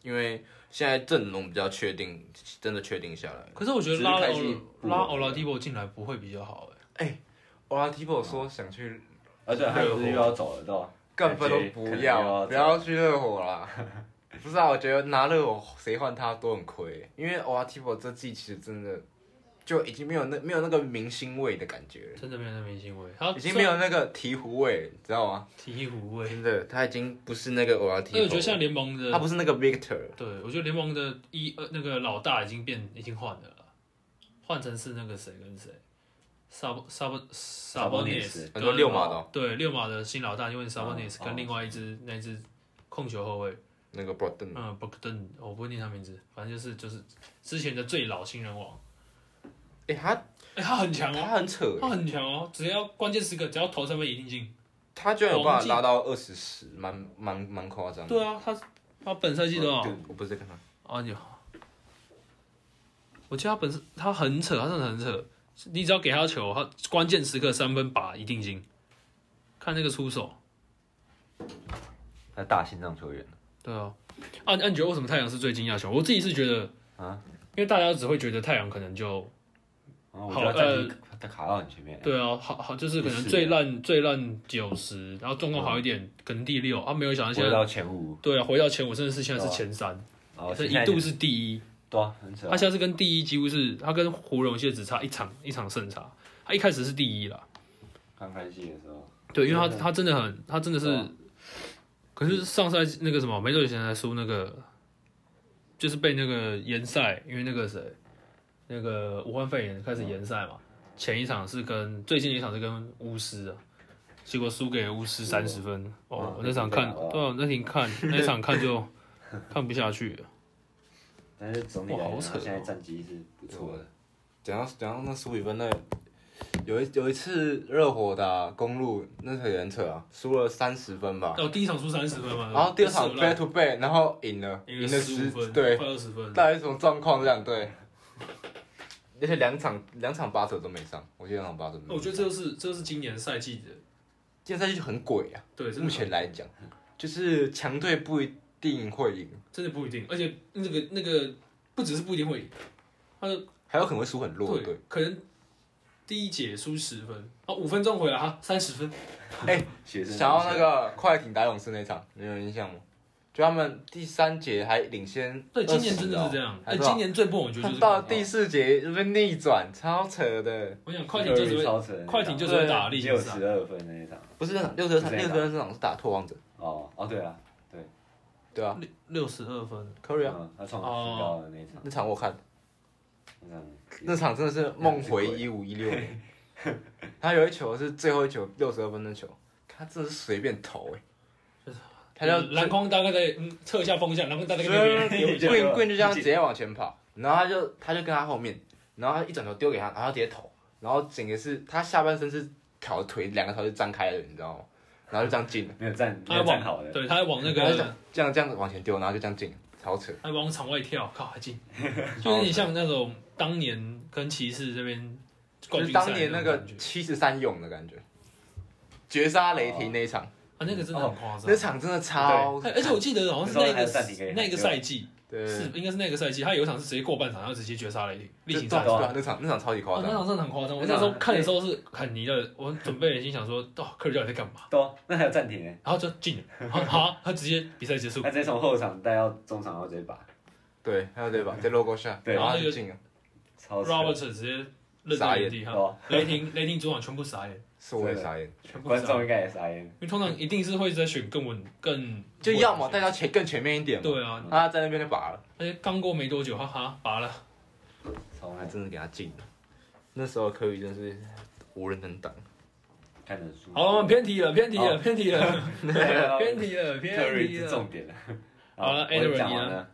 D: 因为现在阵容比较确定，真的确定下来。
B: 可是我觉得拉了
C: 只是开季不
B: 拉
C: 好
B: 奥拉迪波进来不会比较好哎，
D: 哇 t i p o 说想去
C: 啊，对，他不是又要走了，对吧、
D: 干嘛都不要，不要去热火啦。不是啊，我觉得拿热火谁换他都很亏，因为 o t i p o 这季其实真的就已经没有那没有那个明星味的感觉了，
B: 真的没有那明星味，他
D: 已经没有那个鹈鹕味了，你知道吗？
B: 鹈鹕味。
D: 真的，他已经不是那个 o r t
B: 那
D: i
B: 我觉得
D: p
B: 像
D: o
B: 联盟的
D: 他，不是那个 Victor，
B: 对我觉得联盟的一呃那个老大已经变已经换了啦，换成是那个谁跟谁，萨博萨博萨博涅斯，
D: 很多六码的哦
B: 对六马的新老大，因为 Sabonis
C: 哦
B: 跟另外一只那一只控球后卫，
D: 那个 Broden，
B: 嗯 b r o g d o n 我不会念他名字，反正就是就是之前的最老新人王，
D: 哎、他
B: 哎，他很强哦，
D: 他很扯欸，
B: 他很强哦，只要关键时刻只要投三分一定进。
D: 他居然有办法拉到二十十，蛮蛮蛮夸张的。
B: 对啊，他哦他本赛季多少？
D: 我不是在看他，
B: 啊有，我记得他本身他很扯，他真的很扯。你只要给他球，他关键时刻三分把一定进。看那个出手，
C: 他大心脏球员，
B: 对啊，啊，那、你觉得为什么太阳是最惊讶球？我自己是觉得
C: 啊，
B: 因为大家只会觉得太阳可能就
C: 然哦后我
B: 好呃
C: 觉得他战绩他卡到很前面、
B: 对啊，好好就是可能
C: 是嗯
B: 最烂最烂九十，然后状况好一点，可能第六啊，没有想到现
C: 回
B: 在
C: 到前五，
B: 对啊，回到前五，甚至是现在是前三，
C: 然后
B: 这
C: 现在
B: 一度是第一，
C: 对啊，很扯啊
B: 他，现在是跟第一几乎是，他跟胡荣现在只差一场一场胜差，他一开始是第一啦，
C: 刚开季的时候，
B: 对，因为他
C: 真的
B: 他真的很，他真的
C: 对
B: 是
C: 啊，
B: 可是上赛季那个什么没多久以前才输那个，就是被那个延赛，因为那个谁，那个武汉肺炎开始延赛嘛，前一场是跟最近一场是跟巫师啊，结果输给巫师三十分，哦
C: 哇，
B: 我那场看，
C: 那挺好啊
B: 对啊，那场 看那场看就看不下去了，
C: 但是总体来
D: 哇好
C: 讲，
D: 扯哦
C: 他现在战绩是不错 的。
D: 等一下等一下那输一分那有一有一次热火打公路，那是很扯啊，输了三十分 吧，
B: 哦，第一场输三十分 嘛，
D: 然哦后第二场
B: 四
D: back to back，然后赢了，
B: 赢
D: 赢
B: 了
D: 了
B: 十
D: 十
B: 五分，
D: 对，
B: 快二十分，
D: 到底什么状况这样对？而且两场两场八折都没上，我觉得两场八折都没上。
B: 哦我觉得这就是这就是今年赛季的，
D: 今天赛季就很鬼啊，
B: 对，真
D: 目
B: 的
D: 前来讲，就是强队不一定会赢，
B: 真的不一定，而且那个那个不只是不一定会赢，
D: 还有可能会输很弱的队。
B: 对，可能第一节输十分，啊，五分钟回来啊，三十分，
C: 学生
D: 哎想要那个快艇打勇士那场，你有印象吗？就他们第三节还领先、
B: 对，今年真的
D: 哦
B: 是这样，哎，今年最不我觉得就
D: 年
B: 是
D: 到
B: 快
D: 第
B: 艇，
D: 四节就被逆转，超扯的。
B: 我想快艇就是会
C: 超扯的那一场，
B: 快艇就是会打例行啊
C: 六
B: 赛，
C: 十二分那一场。
D: 不是那场六十
C: 是这
D: 六十
C: 样
D: 分那场是打拓王者，
C: 哦哦，对啊，对，
D: 对啊
B: 六六十二分，
D: ，Curry 啊，
C: 嗯，他创新高的那一场，
D: 那场我看，
C: 那场
D: 那场真的是梦 回一五一六年。他有一球是最后一球六十二分的球，他真的是随便投哎、他就
B: 嗯篮筐大概在嗯测一下风向，篮筐大概在那边，
D: 就是棍棍就这样直接往前跑，然后他就他就跟他后面，然后他一转头丢给他，然后他直接投，然后整个是他下半身是条腿两个条就张开了，你知道吗？然后就这样进了，
C: 没有站，没
B: 他还
C: 有站好
B: 往
C: 的，
B: 对，他还往那
D: 然后就这
B: 个
D: 样这样这样子往前丢，然后就这样进，超扯。
B: 还往场外跳，靠，还进，就有点像那种当年跟骑士这边
D: 就
B: 冠
D: 是
B: 军赛
D: 当年那
B: 那
D: 个
B: 种感觉
D: 七十三勇的感觉，绝杀雷霆那一场，
B: 啊，那个真的很夸张
D: 那，场真的超，
B: 哦哎而且我记得好像是
C: 那时候
B: 那
C: 还有
B: 个
C: 暂停可以
B: 那
C: 喊
B: 个赛季，
D: 对，
B: 是应该是那个赛季，他有一场是直接过半场，然后直接绝杀雷霆，例行
D: 对
B: 赛
D: 啊。对啊，那场那场超级夸
B: 哦，那
D: 张，
B: 场真的很夸张，我
C: 那
B: 那时候
C: 场
B: 看的时候是很泥的，我准备心想说， 哦，科里到底在干嘛？
C: 对啊，那还有暂停哎，
B: 然后就进了，然后好，他直接比赛结束
C: 他，直接从后场带到中场，然后直接把
D: 对，还有对吧？在 logo 下，
C: 对
D: 然后
B: 然后
D: 他
B: 那
D: 就
B: 个
D: 进了，
C: 超扯
B: Robertson 直接愣
D: 傻
B: 在
D: 眼
B: 原地
C: 对啊
B: 哈，
C: 吧？
B: 雷霆雷霆主场全部傻眼，
D: 是我也
C: 对
D: 傻眼，
B: 全部
C: 观
B: 傻
C: 众
B: 眼，
C: 应该也傻眼，
B: 因为通常一定是会在选更稳更
D: 就要么带
B: 大
D: 到
B: 家
D: 前更前面一点嘛，
B: 对啊，
D: 他在那边就拔了，
B: 而且刚过没多久，哈哈，拔了，
C: 超
D: 还
C: 难
D: 真的给他进了，那时候科比真是无人能挡，
C: 看得出。
B: 好了，我们偏题了，偏题了，偏题 了，
C: 偏
B: 偏题了，偏
C: ，Curry
B: 题
C: 是
B: 了，
C: 重点了。
B: 好了
C: 我也
B: Edward，
C: 讲完
B: 你呢
C: 了，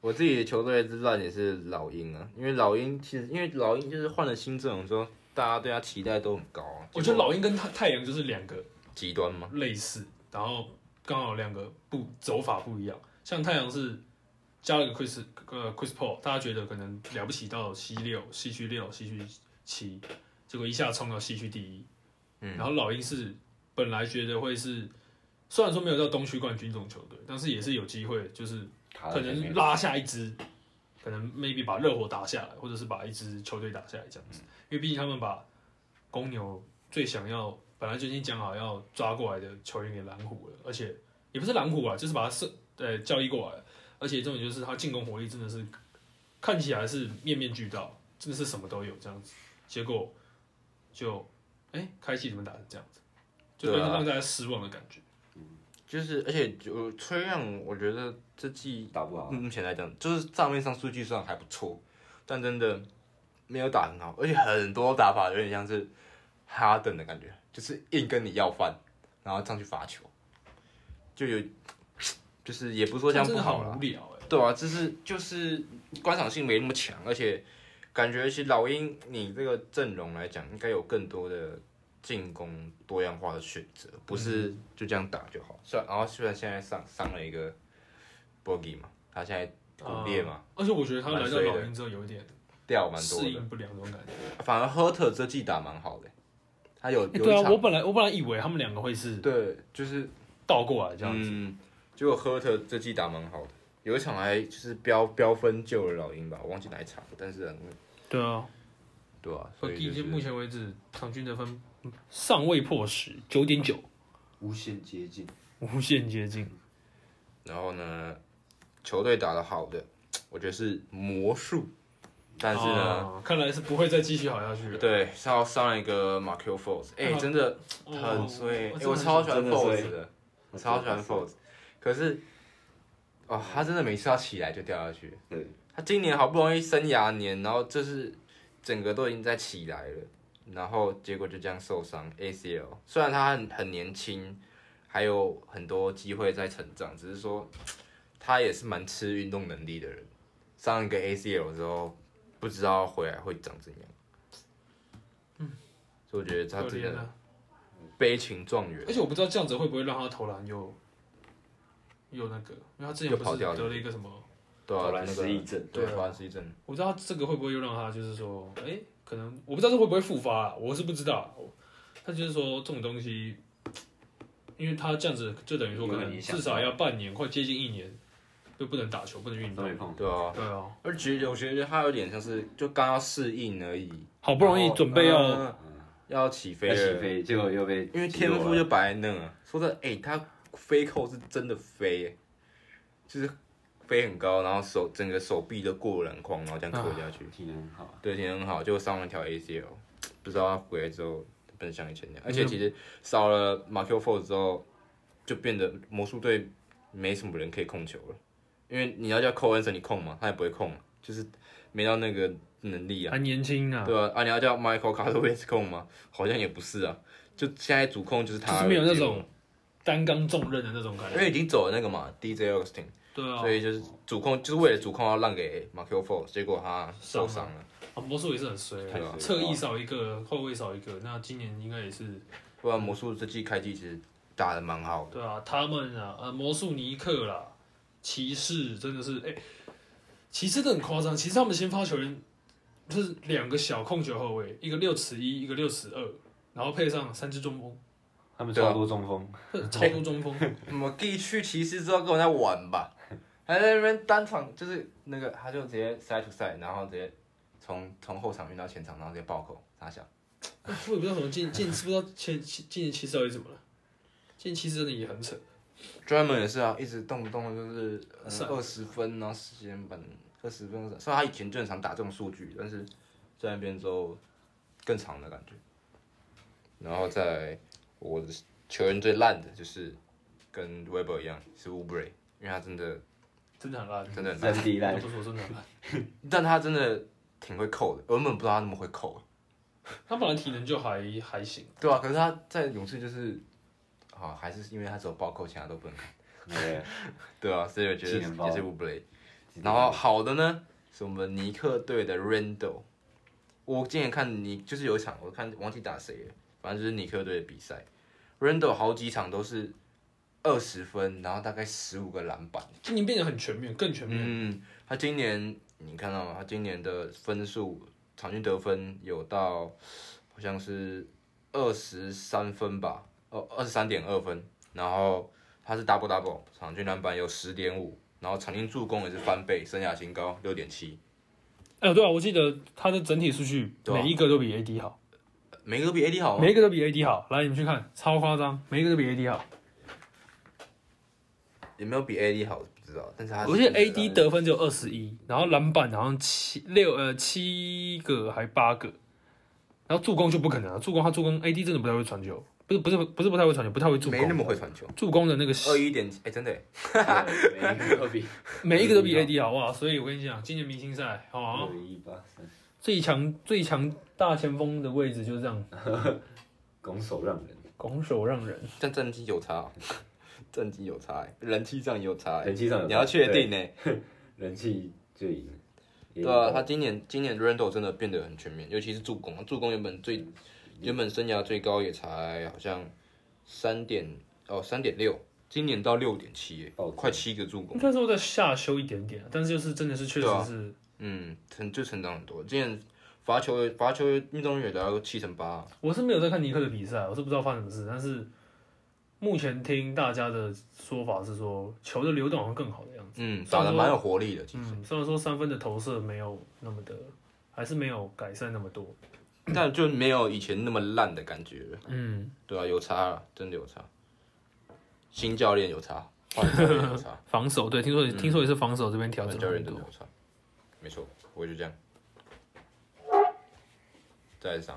D: 我自己的球队之烂也是老鹰啊，因为老鹰其实因为老鹰就是换了新阵容之后，大家对他期待都很高啊。
B: 我觉得
D: 结果
B: 老鹰跟太太阳就是两个
D: 极端嘛，
B: 类似，然后刚好两个不走法不一样。像太阳是加了个 Chris 呃 Chris Paul，大家觉得可能了不起到西六、西区六、西区七，结果一下冲到西区第一。
D: 嗯
B: 然后老鹰是本来觉得会是，虽然说没有到东区冠军这种球队，但是也是有机会，就是
C: 卡
B: 可
C: 在前面
B: 能拉下一支，可能 maybe 把热火打下来，或者是把一支球队打下来这样子。
D: 嗯
B: 因为毕竟他们把公牛最想要，本来就已经讲好要抓过来的球员给蓝虎了，而且也不是蓝虎啊，就是把他是呃交易过来了，而且重点就是他进攻火力真的是看起来是面面俱到，真的是什么都有这样子，结果就哎、开季怎么打成这样子，就
D: 对啊
B: 让让大家失望的感觉。
D: 就是而且就崔让，我觉得这季
C: 打不好，
D: 目前来讲，就是账面上数据上还不错，但真的没有打很好，而且很多打法有点像是哈登的感觉，就是硬跟你要饭，然后上去罚球，就有就是也不是说这样
B: 真
D: 不
B: 的
D: 好
B: 好
D: 啦
B: 无。聊哎、
D: 对啊，就是就是观赏性没那么强，而且感觉其实老鹰你这个阵容来讲，应该有更多的进攻多样化的选择，不是
B: 嗯
D: 就这样打就好。虽然然后虽然现在上上了一个 Bogey 嘛，他现在
B: 哦
D: 骨裂嘛、
B: 而且我觉得他来
D: 蛮
B: 到
D: 衰的
B: 老鹰之后有一点
D: 掉蛮多
B: 适
D: 的，
B: 应不良这种感觉。
D: 反而 Herter 这季打蛮好的、他有
B: 欸
D: 有
B: 对
D: 一
B: 啊，
D: 场、
B: 我本来我本来以为他们两个会是
D: 对就是
B: 倒过来这样子，
D: 嗯，结果赫特这季打蛮好的，有一场还就是飙飙分救了老鹰吧，我忘记哪一场，但是很
B: 对啊，
D: 对啊，
B: 所
D: 所以、
B: 以
D: 就是、
B: 目前为止场均得分尚未破十，九点九，
C: 无限接近。
B: 无限接近。
D: 然后呢，球队打得好的，我觉得是魔术，但是呢，
B: 啊看来是不会再继续好下去了。
D: 对，上伤了一个 m a r k e f o r s 哎、
B: 啊
D: 真的
B: 哦
D: 很衰，哎、
B: 真的
D: 我超喜欢
C: 真的
D: f o r
C: 衰
D: s 的，我超喜欢 f o r s 可是，哦，他真的每次要起来就掉下去，
C: 对，
D: 他今年好不容易生涯年，然后就是整个都已经在起来了，然后结果就这样受伤 ACL。虽然他很很年轻，还有很多机会在成长，只是说他也是蛮吃运动能力的人。上一个 ACL 之后，不知道回来会长怎样。嗯，所以我觉得他
B: 可
D: 真
B: 怜
D: 的
B: 啊！
D: 悲情状元
B: 而。且我不知道这样子会不会让他投篮又又那个，因为他之前
D: 又
B: 不
D: 跑
B: 是
D: 掉了
B: 得了一个什么？
D: 对啊，
C: 投篮
D: 那
C: 失忆
D: 个
C: 症，
D: 对
B: 对啊
D: 投篮失忆症，
B: 我不知道这个会不会又让他就是说，哎、可能我不知道这会不会复发、啊，我是不知道。他就是说这种东西，因为他这样子就等于说可
C: 有
B: 能
C: 影响
B: 至少要半年，快接近一年，就不能打球，不能运
C: 都
B: 动
C: 没。碰。
D: 对啊。
B: 对啊，
D: 而且我觉得他有点像是就刚要适应而已，
B: 好不容易
D: 然后
B: 准备要
D: 嗯要起飞
C: 要
D: 了，
C: 起飞，结果又被
D: 因为天赋就摆在那啊。说真的，哎、他飞扣是真的飞、就是飞很高，然后手整个手臂都过篮筐，然后这样扣下去，
C: 体能很好，
D: 对，挺很好，就上了一条 ACL，不知道他回来之后能像以前
B: 嗯
D: 那样。而且其实少了 m a r q u f o r 之后，就变得魔术队没什么人可以控球了，因为你要叫扣恩森你控嘛，他也不会控，啊就是没到那个能力啊。
B: 还年轻
C: 哦
B: 啊，
D: 对啊，啊你要叫 Michael Carter 控吗？好像也不是啊，就现在主控就是
B: 就
D: 他，
B: 是没有那种担纲重任的那种感
D: 因
B: 觉。
D: 为已经走了那个嘛 DJ Austin，、
B: 对啊
D: 所，以就是主控就是为了主控要让给 Michael f o r 结果他受伤了，
B: 啊魔术也是很衰
C: 太
B: 啊，
C: 衰
B: 侧翼
C: 了
B: 少一个，后卫少一个，那今年应该也是
D: 不然魔术这季开季其实打得蛮 好的，
B: 对啊，他们啊，呃，魔术尼克啦，骑士真的是，哎、骑士真的很夸张。其实他们先发球员就是两个小控球后卫，一个六尺一，一个六尺二，然后配上三支中锋，
C: 他们
D: 对啊
C: 超多中锋，
B: 呵超多中锋。
D: 我们地区骑士之后跟我在玩吧， 还在那边单场就是那个，他就直接 side to side，然后直接从从后场运到前场，然后直接暴扣，傻小。哎
B: 我也不知道怎么进进，不知道前进进骑士到底怎么了，进骑士真的也很扯。
D: 专门也是啊，一直动不动就是呃
B: 是啊
D: 二十、20分，然后时间板二十分，虽然他以前正常打这种数据，但是在那边之后更长的感觉。然后在我的球员最烂的就是跟 Weber 一样是 u b r e 因为他真的
B: 真的很烂，
D: 真的很烂
C: 真的
B: 我
C: 烂，
B: 不说真的很烂。
D: 但他真的挺会扣的，我原本不知道他那么会扣。
B: 他本来体能就还还行，
D: 对啊，可是他在勇士就是，啊，还是因为他只有暴扣，其他都不能看。
C: 对，
D: 对啊，所以我觉
C: 技
D: 得
C: 能包
D: 也是 u b r e 然后好的呢，是我们尼克队的 Randall。我今年看尼就是有一场，我看忘记打谁了，反正就是尼克队的比赛，Randall 好几场都是二十分，然后大概十五个篮板。
B: 今年变得很全面，更全面。
D: 嗯，他今年你看到吗？他今年的分数场均得分有到好像是二十三分吧，哦，二十三点二分。然后他是 double double，场均篮板有十点五，然后场均助攻也是翻倍，生涯新高六点七。
B: 哎、对啊，我记得他的整体数据
D: 对啊
B: 每一个都比 AD 好，
D: 每个都比 AD 好吗
B: 每？一个都比 AD 好。来，你们去看，超夸张，每一个都比 AD 好。
D: 有没有比 AD 好不知道，但是他是
B: 我记得
D: 一呃直
B: AD 得分只有二十一，然后篮板好像七六呃七个还八个，然后助攻就不可能了、啊助攻他助攻 AD 真的不太会传球，不是不是不是啊不太会传球，不太会助
D: 没那
B: 攻，
D: 么会传球，
B: 助攻的那个
D: 二一点哎真的耶
C: 二 比
B: 每一个都比 AD 好哇！所以我跟你讲，今年明星赛哦
C: 二，一八三，
B: 最强最强大前锋的位置就是这样，
C: 拱手让人，
B: 拱手让人。
D: 但战绩有差哦，战绩有差耶，人气上也有差耶，
C: 人气上有
D: 你要确定呢。
C: 人气就赢了，也
D: 对啊，
C: 有
D: 他今年今年 Randall 真的变得很全面，尤其是助攻，啊助攻原本最原本生涯最高也才好像三点哦三点六，今年到六点七
C: 暴，增
D: 快七个助攻
B: 应，该说在下修一点点，但是就是真的是确实
D: 对啊
B: 是，
D: 嗯，成就成长很多。今年罚球罚球命中率也达到七成八，
B: 我是没有在看尼克的比赛，我是不知道发生什么事，但是目前听大家的说法是说球的流动好像更好的样子，
D: 嗯，打得蛮有活力的，其实，
B: 嗯，虽然说三分的投射没有那么的，还是没有改善那么多，
D: 但就没有以前那么烂的感觉了，
B: 嗯，
D: 对啊，有差了，真的有差。新教练有差，换教练有差，
B: 防守对，听说也、听说也是防守这边调
D: 换
B: 整
D: 教
B: 很
D: 练真
B: 多
D: 的，有差，没错，我就这样。再来是啥？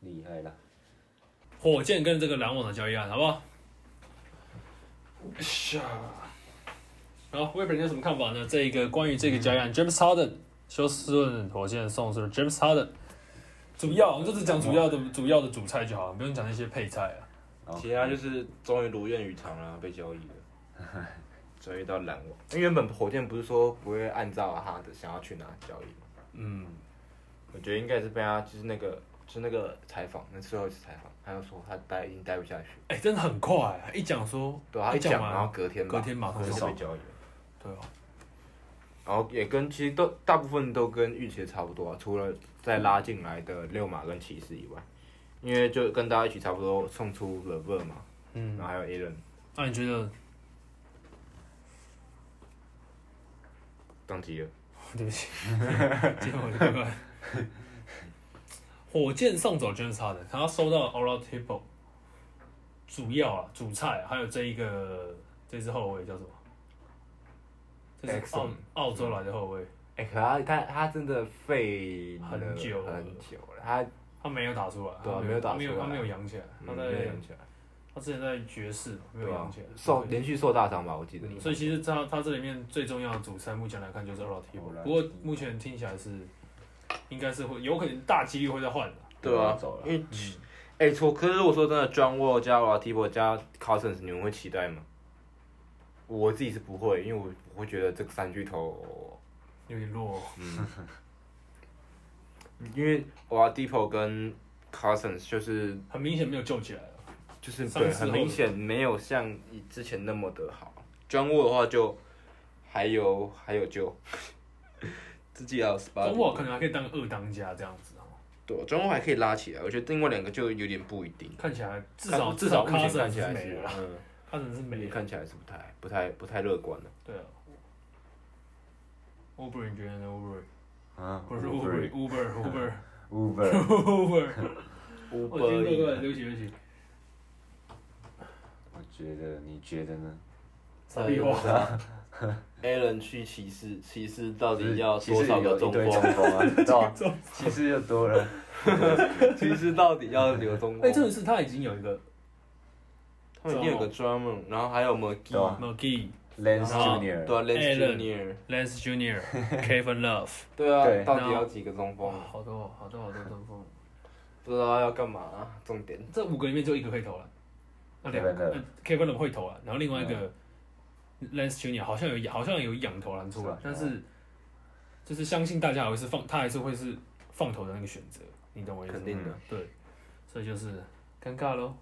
C: 厉害啦，
B: 火箭跟这个篮网的交易案，好不好？是啊。好 w e b e 你有什么看法呢？这一个关于这个交易案，James Harden，休斯顿火箭送出了 James Harden。主要，我们就只讲主要的主要的主菜就好了，不用讲那些配菜啊。
C: 然后
D: 其他就是终于如愿以偿了，被交易了，交易到篮网。因为原本火箭不是说不会按照他的想要去哪交易吗？
B: 嗯，
D: 我觉得应该是被他就是那个就是那个采访，那最后一次采访，他就说他待已经待不下去，
B: 哎、真的很快、一讲说，
D: 对啊，他一
B: 讲
D: 讲
B: 完
D: 然后隔天吧
B: 隔天马上
D: 隔
B: 就
D: 天就被
B: 上，
D: 交易了。
B: 对啊，
D: 然后也跟其实都大部分都跟预期的差不多、啊，除了再拉进来的六马跟骑士以外，因为就跟大家一起差不多送出了 v e r 嘛，
B: 嗯
D: 然，后还有 Allen
B: 那你觉得？
D: 当机了，
B: 对不起，接我的拜拜。火箭送走 James Harden，他收到 Oral Table，主要啊主菜啊、还有这一个这支后卫叫什么？这是澳
D: Exum
B: 澳洲来的后卫，
D: 哎、可他他他真的废了
B: 很久了
D: 很久了，他
B: 他没有打出来，
D: 对啊
B: 他
D: 没有打
B: 他没有
D: 出来
B: 他没有扬起来，他
D: 嗯
B: 在、
D: 没有起来，
B: 他之前在爵士嘛没有
D: 对啊嗯
B: 扬起来，
D: 受连续受大伤吧，我记得。
B: 所以其实他他这里面最重要的主菜，目前来看就是 Oral Table，
C: Oral
B: 不过目前听起来是应该是会有可能大几率会再换的。
D: 对啊
C: 走，了
D: 因，为哎、错，可是如果说真的，John Wall 加 o l a t i p o 加 Cousins，你们会期待吗？我自己是不会，因为我我会觉得这个三巨头
B: 有点弱、
D: 因为 Oladipo 跟 Cousins 就是
B: 很明显没有救起来了。
D: 就是
B: 上一
D: 对，
B: 次
D: 很
B: 后
D: 明显没有像以之前那么的好。专握的话就还有还有救，自己还有 s p
B: 中
D: a
B: 我可能还可以当个二当家这样子哦，
D: 对，专握还可以拉起来，我觉得另外两个就有点不一定。
B: 看起来至少
D: 看
B: 至少
D: 目前
B: Cousins
D: 看起
B: 是
D: 来
B: 没
D: 是
B: 了啦，
D: 嗯，
B: 他真的是没
D: 你
B: 有。
D: 看起来是不太、不太、不太乐观的。
B: 对啊。Uber 你觉得呢？Uber
C: 啊，
B: 不是 Uber，Uber，Uber，Uber。
C: Uber，
B: 我今天过来，对不起，对不起。
C: 我觉得你觉得呢？
B: 傻逼话。
D: Allen 去骑士，骑士到底要
C: 其实
D: 多少
C: 有
D: 个
C: 一
D: 中
C: 堆
D: 锋？
C: 中锋 啊，到其实又多了，
D: 骑士到底要有 中
B: 哎，重
D: 锋？
B: 点是他已经有一个
D: 他们一定有个 Drummond，然后还有 McGee，
C: 对啊
B: McGee、
C: Lance
B: 后
C: Junior，
D: 对啊 l a n c
B: Allen
D: Junior，
B: Lance Junior、Kevin Love，
D: 对啊，
C: 对
D: 到底要几个中锋啊
B: 哇，？好多好多好多中锋，
D: 不知道要干嘛啊，重点。
B: 这五个里面就一个会投了，那两个
C: Kevin Love
B: 呃 Kevin Love 会投了，然后另外一个
D: 嗯
B: Lance Junior 好像有好像有仰投篮出
C: 是
B: 来
D: 啊
C: 吧，
B: 啊但是就是相信大家还是放他还是会是放投的那个选择，你懂我意思吗？
D: 肯定的，
B: 对，所以就是尴尬喽。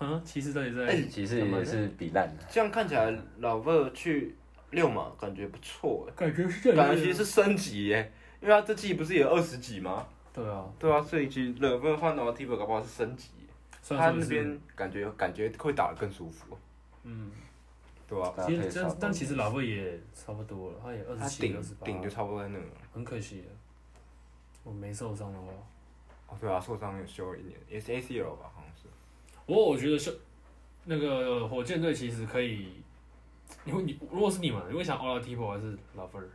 B: 嗯，骑士到底
D: 哎
B: 在？
C: 其实也是比烂的，
D: 这样看起来，老二去六马感觉不错
B: 感觉是这
D: 哎，感觉其实是升级耶，因为他这季不是也二十几吗？
B: 对啊，
D: 对啊，所以其实老二换到 t i b 搞不好是升级，
B: 虽
D: 他
B: 然说
D: 那
B: 是
D: 边感觉感觉会打得更舒服，
B: 嗯，
D: 对啊吧？
C: 搭
B: 啊其
C: 配
B: 实
C: 差
B: 但
C: 不
B: 但
C: 多。
B: 其实老魏也差不多了，他也二
D: 他
B: 十七、
D: 顶
B: 二十八，
D: 顶就差不多在那了。
B: 很可惜了。啊我没受伤的话，
D: 哦，对啊，受伤有休一年，也是 ACL 吧，好像是。
B: 不过我觉得是那个火箭队其实可以，你会你如果是你们，你会想 Oladipo 还是拉菲尔？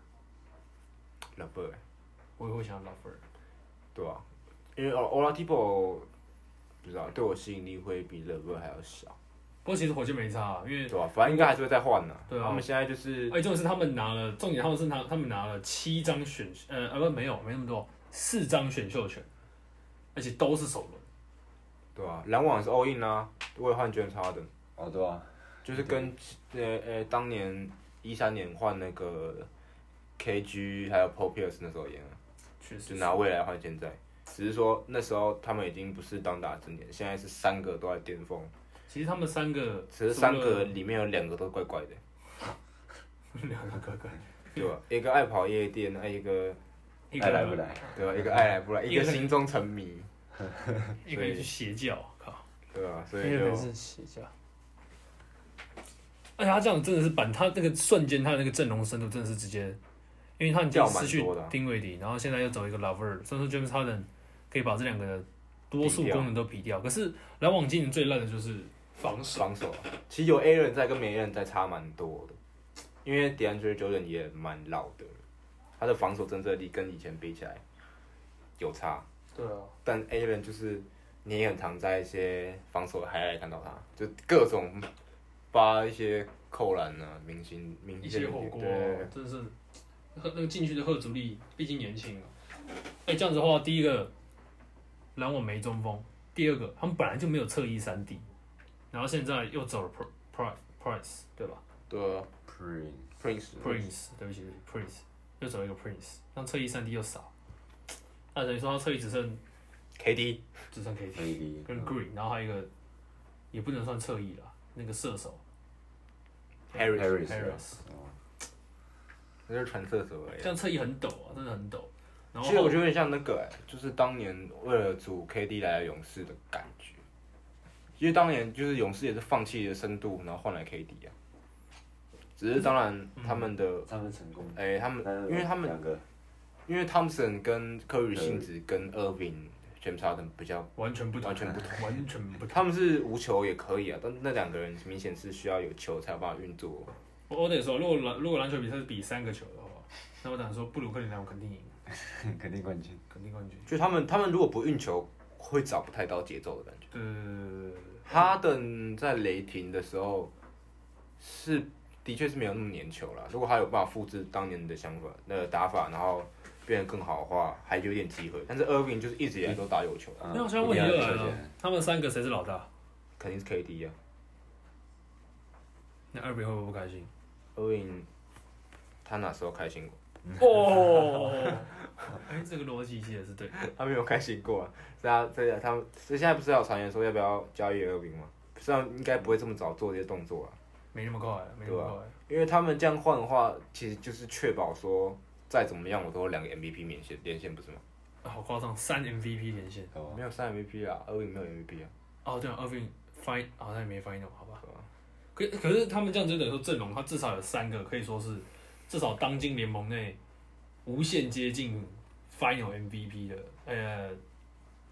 D: 老二，
B: 我也会想拉菲尔。
D: 对啊，因为 o l a t i b o 不知道对我吸引力会比老二还要小，
B: 不过其实火箭没差、啊，因为
D: 对吧？反正应该还是会再换呢。
B: 对啊
D: 他们现在就是
B: 哎、重点是他们拿了，重点他们是拿他们拿了七张选，呃呃不没有没那么多，四张选秀权，而且都是首轮。
D: 对啊，篮网是 all in 啊，为了换 James Harden，
C: 哦，对啊，
D: 就是跟呃呃当年一三年换那个 KG 还有 Paul Pierce 那时候一样啊，
B: 确
D: 就
B: 实，
D: 拿未来换现在。只是说那时候他们已经不是当打之年，现在是三个都在巅峰，
B: 其实他们三个，
D: 只是三个里面有两个都怪怪的，
B: 除了两个哥哥，
D: 对吧？一个爱跑夜店，哎一个
B: 一
C: 爱
B: 个
C: 哎来不来？
D: 对吧？一个爱来不来，
B: 一
D: 一
B: 个
D: 个心中沉迷，
B: 一个人去邪教，靠，
D: 对吧？所
B: 一
D: 以
B: 个
D: 就
B: 人是邪教。而且他这样真的是板，他那个瞬间，他那个阵容深度真的是直接，因为他已经
D: 掉蛮
B: 失去
D: 多的啊
B: 丁威迪，然后现在又走一个 Lover，所以说 James Harden 可以把这两个的多数
D: 比掉
B: 功能都匹掉。可是篮网今年最烂的就是防守，
D: 防守啊，其实有 A 人在跟没人在差蛮多的，因为 DeAndre Jordan 也蛮老的，他的防守政策力跟以前比起来有差，
B: 对啊，
D: 但 A 人就是你也很常在一些防守还来看到他，就各种发一些扣篮啊，明星明
B: 一
D: 星
B: 些火锅
D: 嗯
B: 啊真
D: 对，
B: 的是喝那个进去的贺足力，毕竟年轻啊。哎、这样子的话，第一个篮网没中锋，第二个他们本来就没有侧翼三 D，然后现在又走了 Pri Price 对吧
D: 对啊
C: Green，
D: Prince
B: ？Prince 对不起对不起，Prince 又走一个 Prince，让侧翼三 D 又少，那等于说他侧翼只剩
D: KD
B: 只剩 KD
C: 黑迪，
D: 嗯
B: 跟 Green，然后还有一个也不能算侧翼了，那个射手
D: Harris，
C: Harris，哦
B: Harris，
D: 那就是传射手而已
B: 这。样侧翼很陡啊，真的很陡。然后
D: 哎其实我觉得有点像那个、欸，就是当年为了组 KD 来的勇士的感觉。其实当年就是勇士也是放弃了深度，然后换来 KD 啊。只是当然
B: 嗯
D: 他们的，
C: 他们成功，
D: 哎、他们
C: 但是
D: 因为他们
C: 两个
D: 因为汤 o 跟科宇
C: 对
D: 性质跟 Irving、James Harden 比较，
B: 完全不同，
D: 完全不
B: 同，完全不同。
D: 他们是无球也可以啊，但那两个人明显是需要有球才有办法运作。
B: 我我得说，如果篮如果篮球比赛是比三个球的话，那我当然说布鲁克林篮我肯定赢，
C: 肯定冠军。
B: 肯定冠军。
D: 就他们他们如果不运球，会找不太到节奏的感觉。
B: 对对对对对
D: 哈登在雷霆的时候是的确是没有那么粘球了。如果他有办法复制当年的想法、那个打法，然后变得更好的话，还有点机会。但是 Irving 就是一直以来都打有球，
B: 对。那我现在问题
C: 啊一
B: 就
C: 定
B: 来
C: 要有球
B: 了
C: 权，
B: 他们三个谁是老大？
D: 肯定是 KD 啊。
B: 那二饼会不会不开心？
D: Irving 他哪时候开心过？
B: 哦，哎，这个逻辑其实也是对的。
D: 他没有开心过啊。是啊，对啊，他们所以现在不是有传言说要不要交易 Irving 吗？虽然应该不会这么早做这些动作啊，
B: 没那么快，没那么快。
D: 因为他们这样换的话，其实就是确保说再怎么样我都有两个 MVP 免线连线，不是吗？
B: 啊好夸张，三 MVP 连线。
C: 好吧
D: 没有三 MVP 啊，二 w 没有 MVP 啊。
B: 哦，对啊，二饼 fin 哦好像也没 final，好吧
D: 对啊。
B: 可可是他们这样子等于说阵容，他至少有三个可以说是至少当今联盟内无限接近 Final MVP 的，呃，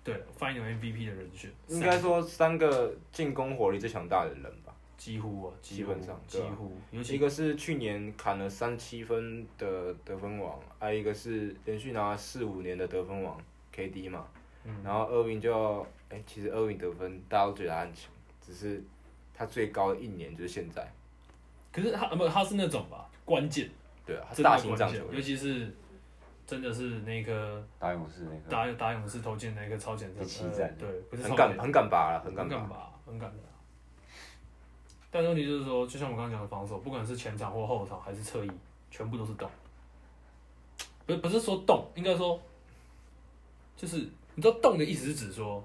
B: 对，Final MVP 的人选，
D: 应该说三个进攻火力最强大的人吧。
B: 几乎啊，几
D: 基
B: 乎
D: 本上
B: 几
D: 对啊
B: 乎，尤
D: 一
B: 其
D: 个是去年砍了三七分的得分王，还有一个是连续拿四五年的得分王 KD 嘛，
B: 嗯
D: 然后厄运就哎、其实厄运得分大家都觉得他很强，只是他最高的一年就是现在，
B: 可是他呃不他是那种吧，关键，
D: 对啊，他是
B: 真的
D: 大型
B: 关
D: 障
B: 键
D: 球，
B: 尤
D: 员，
B: 其是真的是那颗
C: 打勇士那个，
B: 打打勇士投进那个超前
C: 第
B: 射，
C: 七
B: 呃
C: 战
B: 对，不是
D: 很
B: 超
D: 敢
B: 前
D: 很敢拔了，很
B: 很
D: 敢拔，
B: 吧，很敢的啊。但问题就是说，就像我刚刚讲的防守，不管是前场或后场还是侧翼，全部都是动。不是不是说动，应该说，就是你知道动的意思是指说，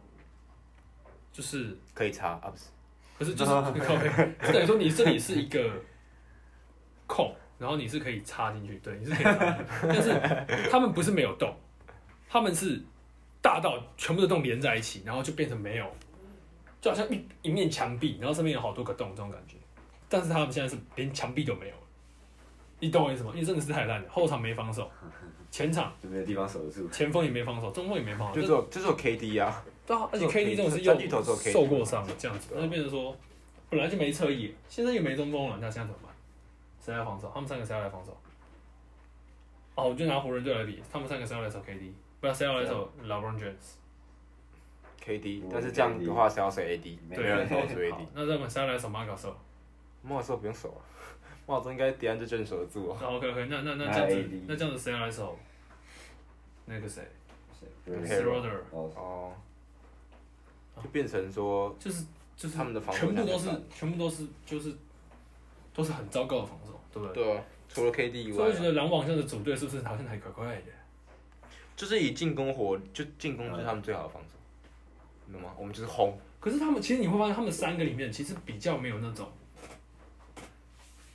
B: 就是
D: 可以插啊不是，
B: 可是就是靠背，就等于说你这里是一个空，然后你是可以插进去，对，你是可以插进去，但是他们不是没有洞，他们是大到全部的洞连在一起，然后就变成没有，就好像一一面墙壁，然后上面有好多个洞这种感觉，但是他们现在是连墙壁都没有了你懂我意思吗？因为真的是太烂了，后场没防守，前场
C: 就没有地方守得住。
B: 前锋也没防守，中锋也没防守，
D: 就只有就只有 KD 啊，
B: 对啊，而且
D: 这种
B: KD 这种是
D: 三巨头
B: 又
D: 这种 KD
B: 受过伤了，这样子，
D: 对啊
B: 那就变成说本来就没侧翼，现在又没中锋了，那现在怎么办？谁来防守？他们三个谁要来防守？哦，我就拿湖人队来比，他们三个谁要来守 KD？不要谁要来守
D: 啊
B: LeBron James？
D: KD，
C: 嗯
D: 但是这样的话谁要谁 AD，
C: 没
D: 没
B: 对
D: 有人守
B: 好
D: 住 AD，，
B: 那他们谁要来守马卡手？
D: 帽子不用守啊， 帽子应该迪安就真守得住啊，
B: 那 OK OK，那那那
C: 那
B: 这样子
C: AD，
B: 那这样子谁要来守？那个谁
C: 对
D: Harold
B: ，Schroeder，
C: 哦，
D: 哦，就变成说
B: 就是就是
D: 他们的防守
B: 全部
D: 量
B: 都
D: 很
B: 是
D: 大
B: 全部都是就是都是很糟糕的防守，对不对？
D: 对啊，除了 KD 以
B: 所
D: 外
B: 以我觉
D: 啊，
B: 得篮网这样的组队是不是好像还怪怪的？
D: 就是以进攻火，就进攻就是他们最好的防守，你懂吗？我们就是轰，
B: 可是他们其实你会发现，他们三个里面其实比较没有那种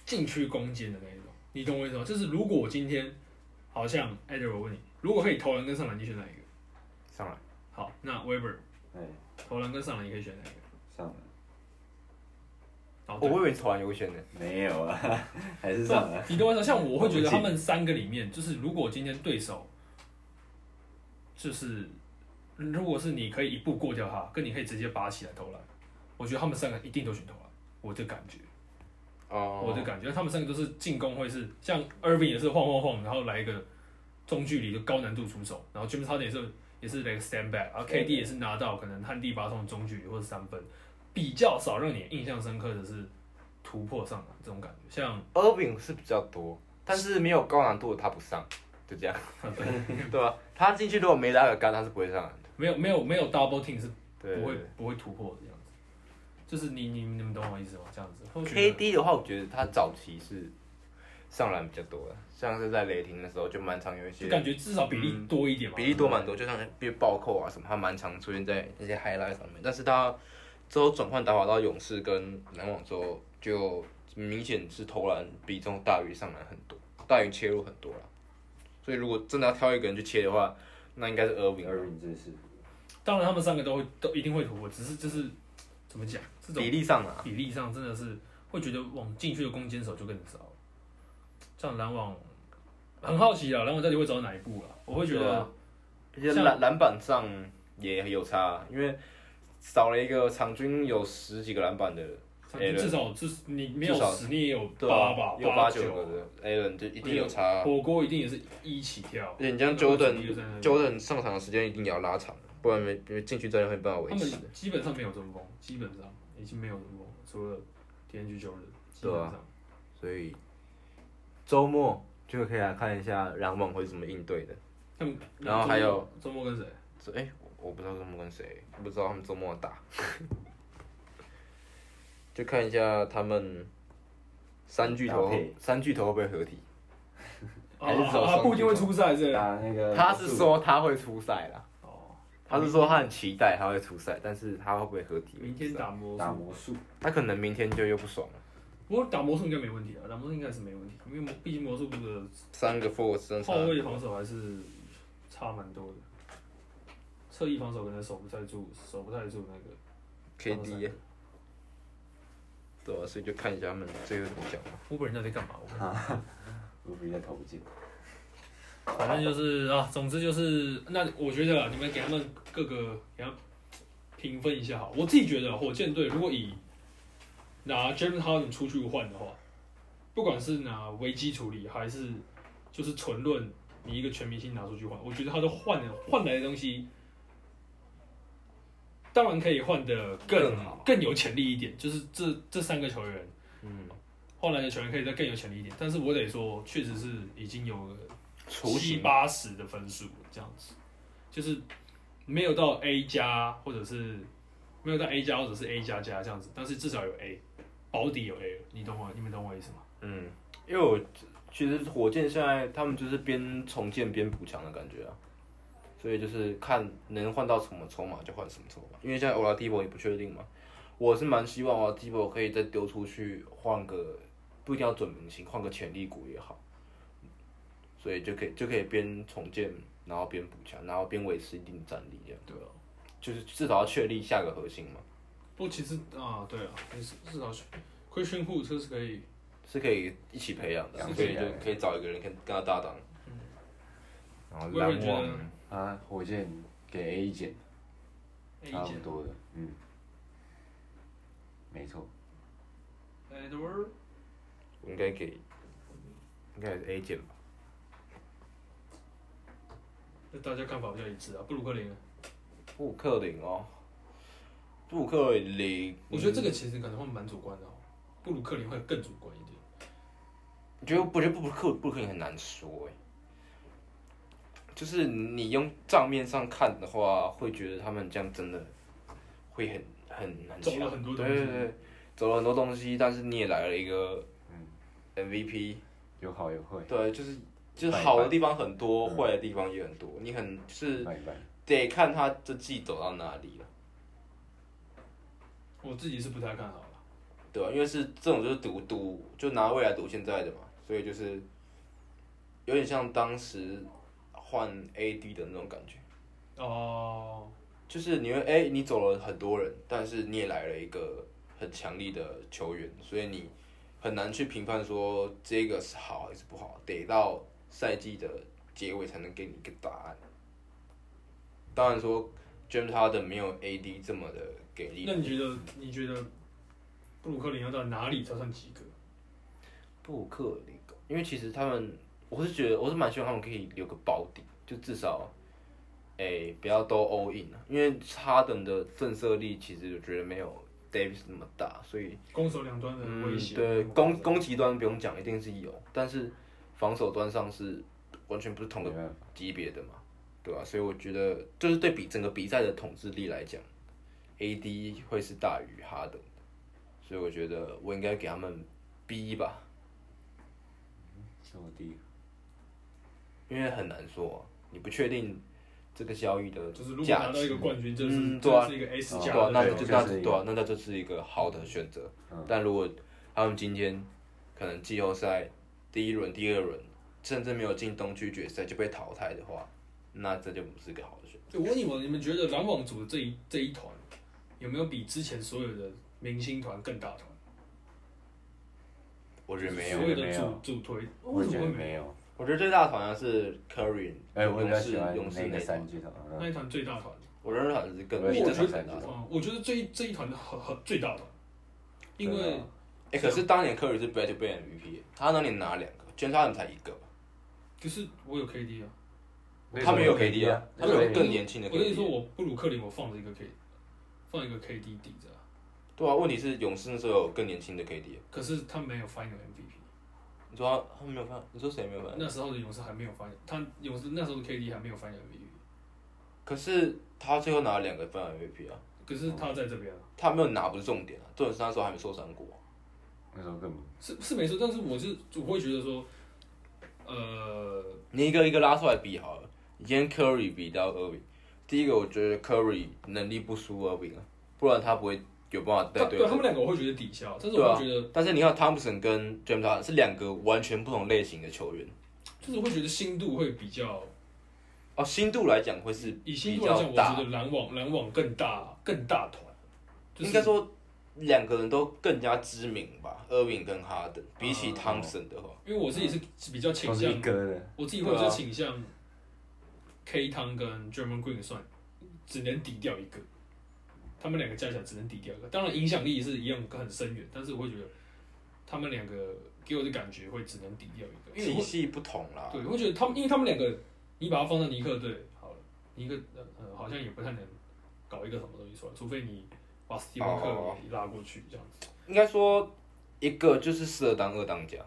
B: 禁区攻坚的那一种，你懂我意思吗？就是如果我今天好像 e d w a r 我问你，如果可以投篮跟上篮，你选哪一个？
D: 上来
B: 好，那 Weber
C: 对，
B: 投篮跟上篮，你可以选哪一个？
C: 哎上了
B: 哦，
D: 我
B: 对
D: 以为投篮优先呢，
C: 没有啊？ 还是
B: 对
C: 上
B: 啊
C: 了。
B: 你懂我意思吗？像我会觉得他们三个里面，就是如果今天对手就是如果是你可以一步过掉他，跟你可以直接拔起来投篮，我觉得他们三个一定都选投篮，我的感觉。
D: 哦，
B: 我的感觉，他们三个都是进攻会是像 Irving 也是晃晃晃，然后来一个中距离的高难度出手，然后 James Harden 也是也是来个 stand back，然后 KD 也是拿到可能旱地拔葱的中距离或者三分，比较少让你印象深刻的是突破上篮这种感觉，像
D: Irving 是比较多，但是没有高难度的他不上，就这样， 对吧？他进去如果没拉个杆，他是不会上篮的，
B: 没有没有没有 double team 是
D: 对
B: 不会不会突破的这样子，就是你你你们懂我意思吗？这样子我觉得
D: KD 的话，我觉得他早期是上篮比较多的，像是在雷霆的时候就蛮常有一
B: 就
D: 些
B: 感觉至少比例多一点嘛，
D: 嗯比例多蛮多，就像被暴扣啊什么，他蛮常出现在那些 highlight 上面。但是他之后转换打法到勇士跟篮网之后，就明显是投篮比重大于上篮很多，大于切入很多了。所以如果真的要挑一个人去切的话，那应该是 Irving，
C: Irving 这是
B: 当然他们三个都会都一定会突破，只是就是怎么讲这种
D: 比例上啊，
B: 比例上真的是会觉得往进去的攻坚手就更少了。像篮网，很好奇啊，篮网到底会走到哪一步啊？我会觉
D: 对
B: 得
D: 啊，而且
B: 像
D: 篮篮板上也有差啊，因为少了一个场均有十几个篮板的
B: 场
D: Allen
B: 均至少至你没有
D: 哎至少
B: 十，你也有
D: 对
B: 八
D: 吧
B: 吧，，
D: 有
B: 八
D: 九个
B: 九。
D: 的 Allen 就一定有差啊。
B: 火锅一定也是一起跳
D: 而，且你
B: 那
D: 像
B: 个
D: Jordan
B: 比例就在那里
D: Jordan 上场的时间一定也要拉长，不然没没进去战略会没办法维
B: 他们
D: 持。
B: 基本上没有中锋，基本上已经没有中锋了，除了 TNG 九人，基本
D: 对
B: 上
D: 啊所以周末就可以来看一下篮网会怎么应对的。
B: 他们
D: 然后还有
B: 周末周末跟谁？
D: 这哎、我我不知道周末跟谁，不知道他们周末要打， 就看一下他们三巨头
C: 搭配
D: 三巨头会不会合体。
B: 啊
C: 还是走
B: 啊啊不一定会出赛是吧？
C: 打那个，
D: 他是说他会出赛啦，
B: 哦，
D: 他是说他很期待他会出赛，但是他会不会合体？
B: 明天打魔术
C: 打魔术，
D: 他可能明天就又不爽了。
B: 不过打魔术应该没问题啊，打魔术应该是没问题，因为魔毕竟魔术部的
D: 三个 force 正常
B: 后卫防守还是差蛮多的，侧翼防守可能守不太住，守不太住那个。
D: KD
B: 耶
D: 耶。对吧、所以就看一下他们最后怎么讲吧。
B: 湖北人到底干嘛？我
C: 我比较投不进。
B: 反正就是啊，总之就是，那我觉得啊，你们给他们各个给他们评分一下好。我自己觉得啊火箭队如果以拿 James Harden 出去换的话，不管是拿危机处理还是就是纯论你一个全明星拿出去换，我觉得他都换了换来的东西，当然可以换的更
D: 更好
B: 更有潜力一点。就是这这三个球员。
D: 嗯，
B: 换来的球员可以再更有潜力一点，但是我得说，确实是已经有了
D: 雏
B: 七
D: 形
B: 八十的分数这样子，就是没有到 A 加或者是没有到 A 加或者是 A 加加这样子，但是至少有 A，保底有 A，了你懂我，你们懂我意思吗？
D: 嗯，因为我其实火箭现在他们就是边重建边补强的感觉啊，所以就是看能换到什么筹码就换什么筹码，因为现在 o l a d i p o 也不确定嘛。我是蛮希望 o l a d i p o 可以再丢出去，换个不一定要准明星，换个潜力股也好，所以就可以就可以边重建，然后边补强，然后边维持一定的战力这样，
B: 对啊，
D: 就是至少要确立下个核心嘛，
B: 不，其实啊，对啊，至至少是 Christian Who 这是可以，
D: 是可以一起培养的啊，
B: 是
D: 所
B: 可
D: 以
B: 以
D: 就
C: 的
D: 可以找一个人跟跟他搭档，然后
B: 嗯我也
D: 篮
B: 觉
D: 网
B: 得。
C: 啊，火箭给 A 一减，
B: A
C: 差不
B: 减
C: 多的，嗯，没错，
B: Edward
D: 我应该给，应该还是 A 减吧。
B: 那大家看法比较一致啊，布鲁克林，
D: 布鲁克林哦，布鲁克林，
B: 我觉得这个其实可能会蛮主观的、哦，布鲁克林会更主观一点。
D: 我觉得我觉得布鲁克布鲁克林很难说哎，就是你用账面上看的话，会觉得他们这样真的会很很很
B: 走了
D: 强
B: 很多
D: 对
B: 东西
D: 对对，走了很多东西，但是你也来了一个
C: 嗯
D: MVP，
C: 有好有坏，
D: 对，就是就是
C: 拜拜
D: 好的地方很多，
C: 嗯
D: 坏的地方也很多，你很就是
C: 拜拜。
D: 得看他这季走到哪里了。
B: 我自己是不太看好了。
D: 对啊，因为是这种就是赌赌，就拿未来赌现在的嘛，所以就是有点像当时换 AD 的那种感觉，
B: 哦，
D: 就是你会哎、你走了很多人，但是你也来了一个很强力的球员，所以你很难去评判说这个是好还是不好，得到赛季的结尾才能给你一个答案。当然说 James Harden 没有 AD 这么的给力
B: 那，你觉得你觉得布鲁克林要到哪里才算及格？
D: 布鲁克林，因为其实他们，我是觉得我是蛮希望他们可以留个保底，就至少，哎、不要都 all in 啊因为哈登的震慑力其实我觉得没有 Davis 那么大，所以
B: 攻守两端的威胁、
D: 嗯对攻攻击端不用讲，一定是有，但是防守端上是完全不是同个
C: 没
B: 啊
C: 办法
D: 级别的嘛，对吧、所以我觉得就是对比整个比赛的统治力来讲，AD 会是大于哈登的，所以我觉得我应该给他们 B 吧。
C: 这么低，
D: 因为很难说，啊你不确定这个交易的
B: 就是如果
D: 价
B: 拿到一
D: 值，
B: 个冠军，这是、
D: 嗯对
B: 这
D: 啊
B: 是一个 S
C: 哦
B: 加
D: 对啊
B: 的，
D: 那
C: 对
D: 就
C: 这
D: 那
C: 是一个
D: 对啊，那那就是一个好的选择。
C: 嗯
D: 但如果他们今天可能季后赛第一轮、第二轮，甚至没有进东区决赛就被淘汰的话，那这就不是一个好的选择。
B: 对，我问你们，你们觉得篮网组的这一这一团有没有比之前所有的明星团更大团？
D: 我觉得没有
B: 所，有
C: 没
B: 的
C: 有
B: 组组团，
C: 我
B: 为什
C: 觉
B: 么
C: 得
B: 会
C: 没
B: 没有？
C: 有。
D: 我觉得最大的好像是 Curry，
C: 哎、我比较
D: 勇士
C: 喜欢
D: 勇士
C: 那
D: 那
C: 个
D: 一
C: 三
D: 团，
C: 巨头，
B: 那
C: 嗯
B: 一团最大团，
D: 我觉得好像是更
C: 我
D: 比
B: 也
D: 这
B: 觉
D: 场
B: 得
D: 更大的。
B: 嗯，我觉得这一这一团的很很最大团，因
C: 对
B: 为
C: 啊
D: 哎，可是当年 Curry 是 Back to Back MVP，他那年拿两个，James Harden 才一个吧。
B: 可是我有 KD 啊，
D: 他们也有 KD 啊，他
C: 那
D: 们
C: 时候
D: 有
C: 有
D: 更年轻的 KD 啊。
B: 我跟你说，我布鲁克林我放了一个 K，放一个 KD 底着，
D: 对啊，问题是勇士那时候有更年轻的 KD，
B: 可是他没有 Final MVP，
D: 你说他他们没有翻，你说谁没有翻？
B: 那时候的勇士还没有 Final，他勇士那时候的 KD 还没有 Final MVP，
D: 可是他最后拿了两个分 MVP 啊，
B: 可是他在这边啊，
D: 他没有拿不是重点啊，重点是他那时候还没受伤过啊、
C: 那时候更
B: 是是没错，但是我是我会觉得说，呃，
D: 你一个一个拉出来比好了，你今天 Curry 比到 Irving，第一个我觉得 Curry 能力不输 Irving 啊，不然他不会有办法带
B: 他
D: 队
B: 对他们
D: 伍。
B: 两个我会觉得抵消，但是
D: 对
B: 我
D: 啊
B: 会觉得、，
D: 但是你看 Thompson 跟 James Harden 是两个完全不同类型的球员，
B: 就是会觉得心度会比较，
D: 哦，心度来讲会是
B: 以心
D: 比
B: 度来
D: 较
B: 讲，我觉
D: 大
B: 得，篮网篮网更大更大团，就
D: 应该
B: 是
D: 说两个人都更加知名吧，厄运跟哈登，比起汤森的话，
E: 因为我自己是是比较倾
C: 都
D: 哦
C: 是一
E: 向，
C: 哥的，
E: 我自己会
D: 啊
E: 比较倾向 K 汤跟 German Green 算，只能抵掉一个，他们两个加起来只能抵掉一个。当然影响力是一样很深远，但是我会觉得他们两个给我的感觉会只能抵掉一个，因为
D: 体
E: 我
D: 系不同啦。
E: 对，我会觉得他们，因为他们两个，你把它放到尼克队好了，尼克呃呃好像也不太能搞一个什么东西出来，除非你把斯蒂芬克
D: 哦
E: 给拉过去这样子。
D: 应该说一个就是适合当二当家，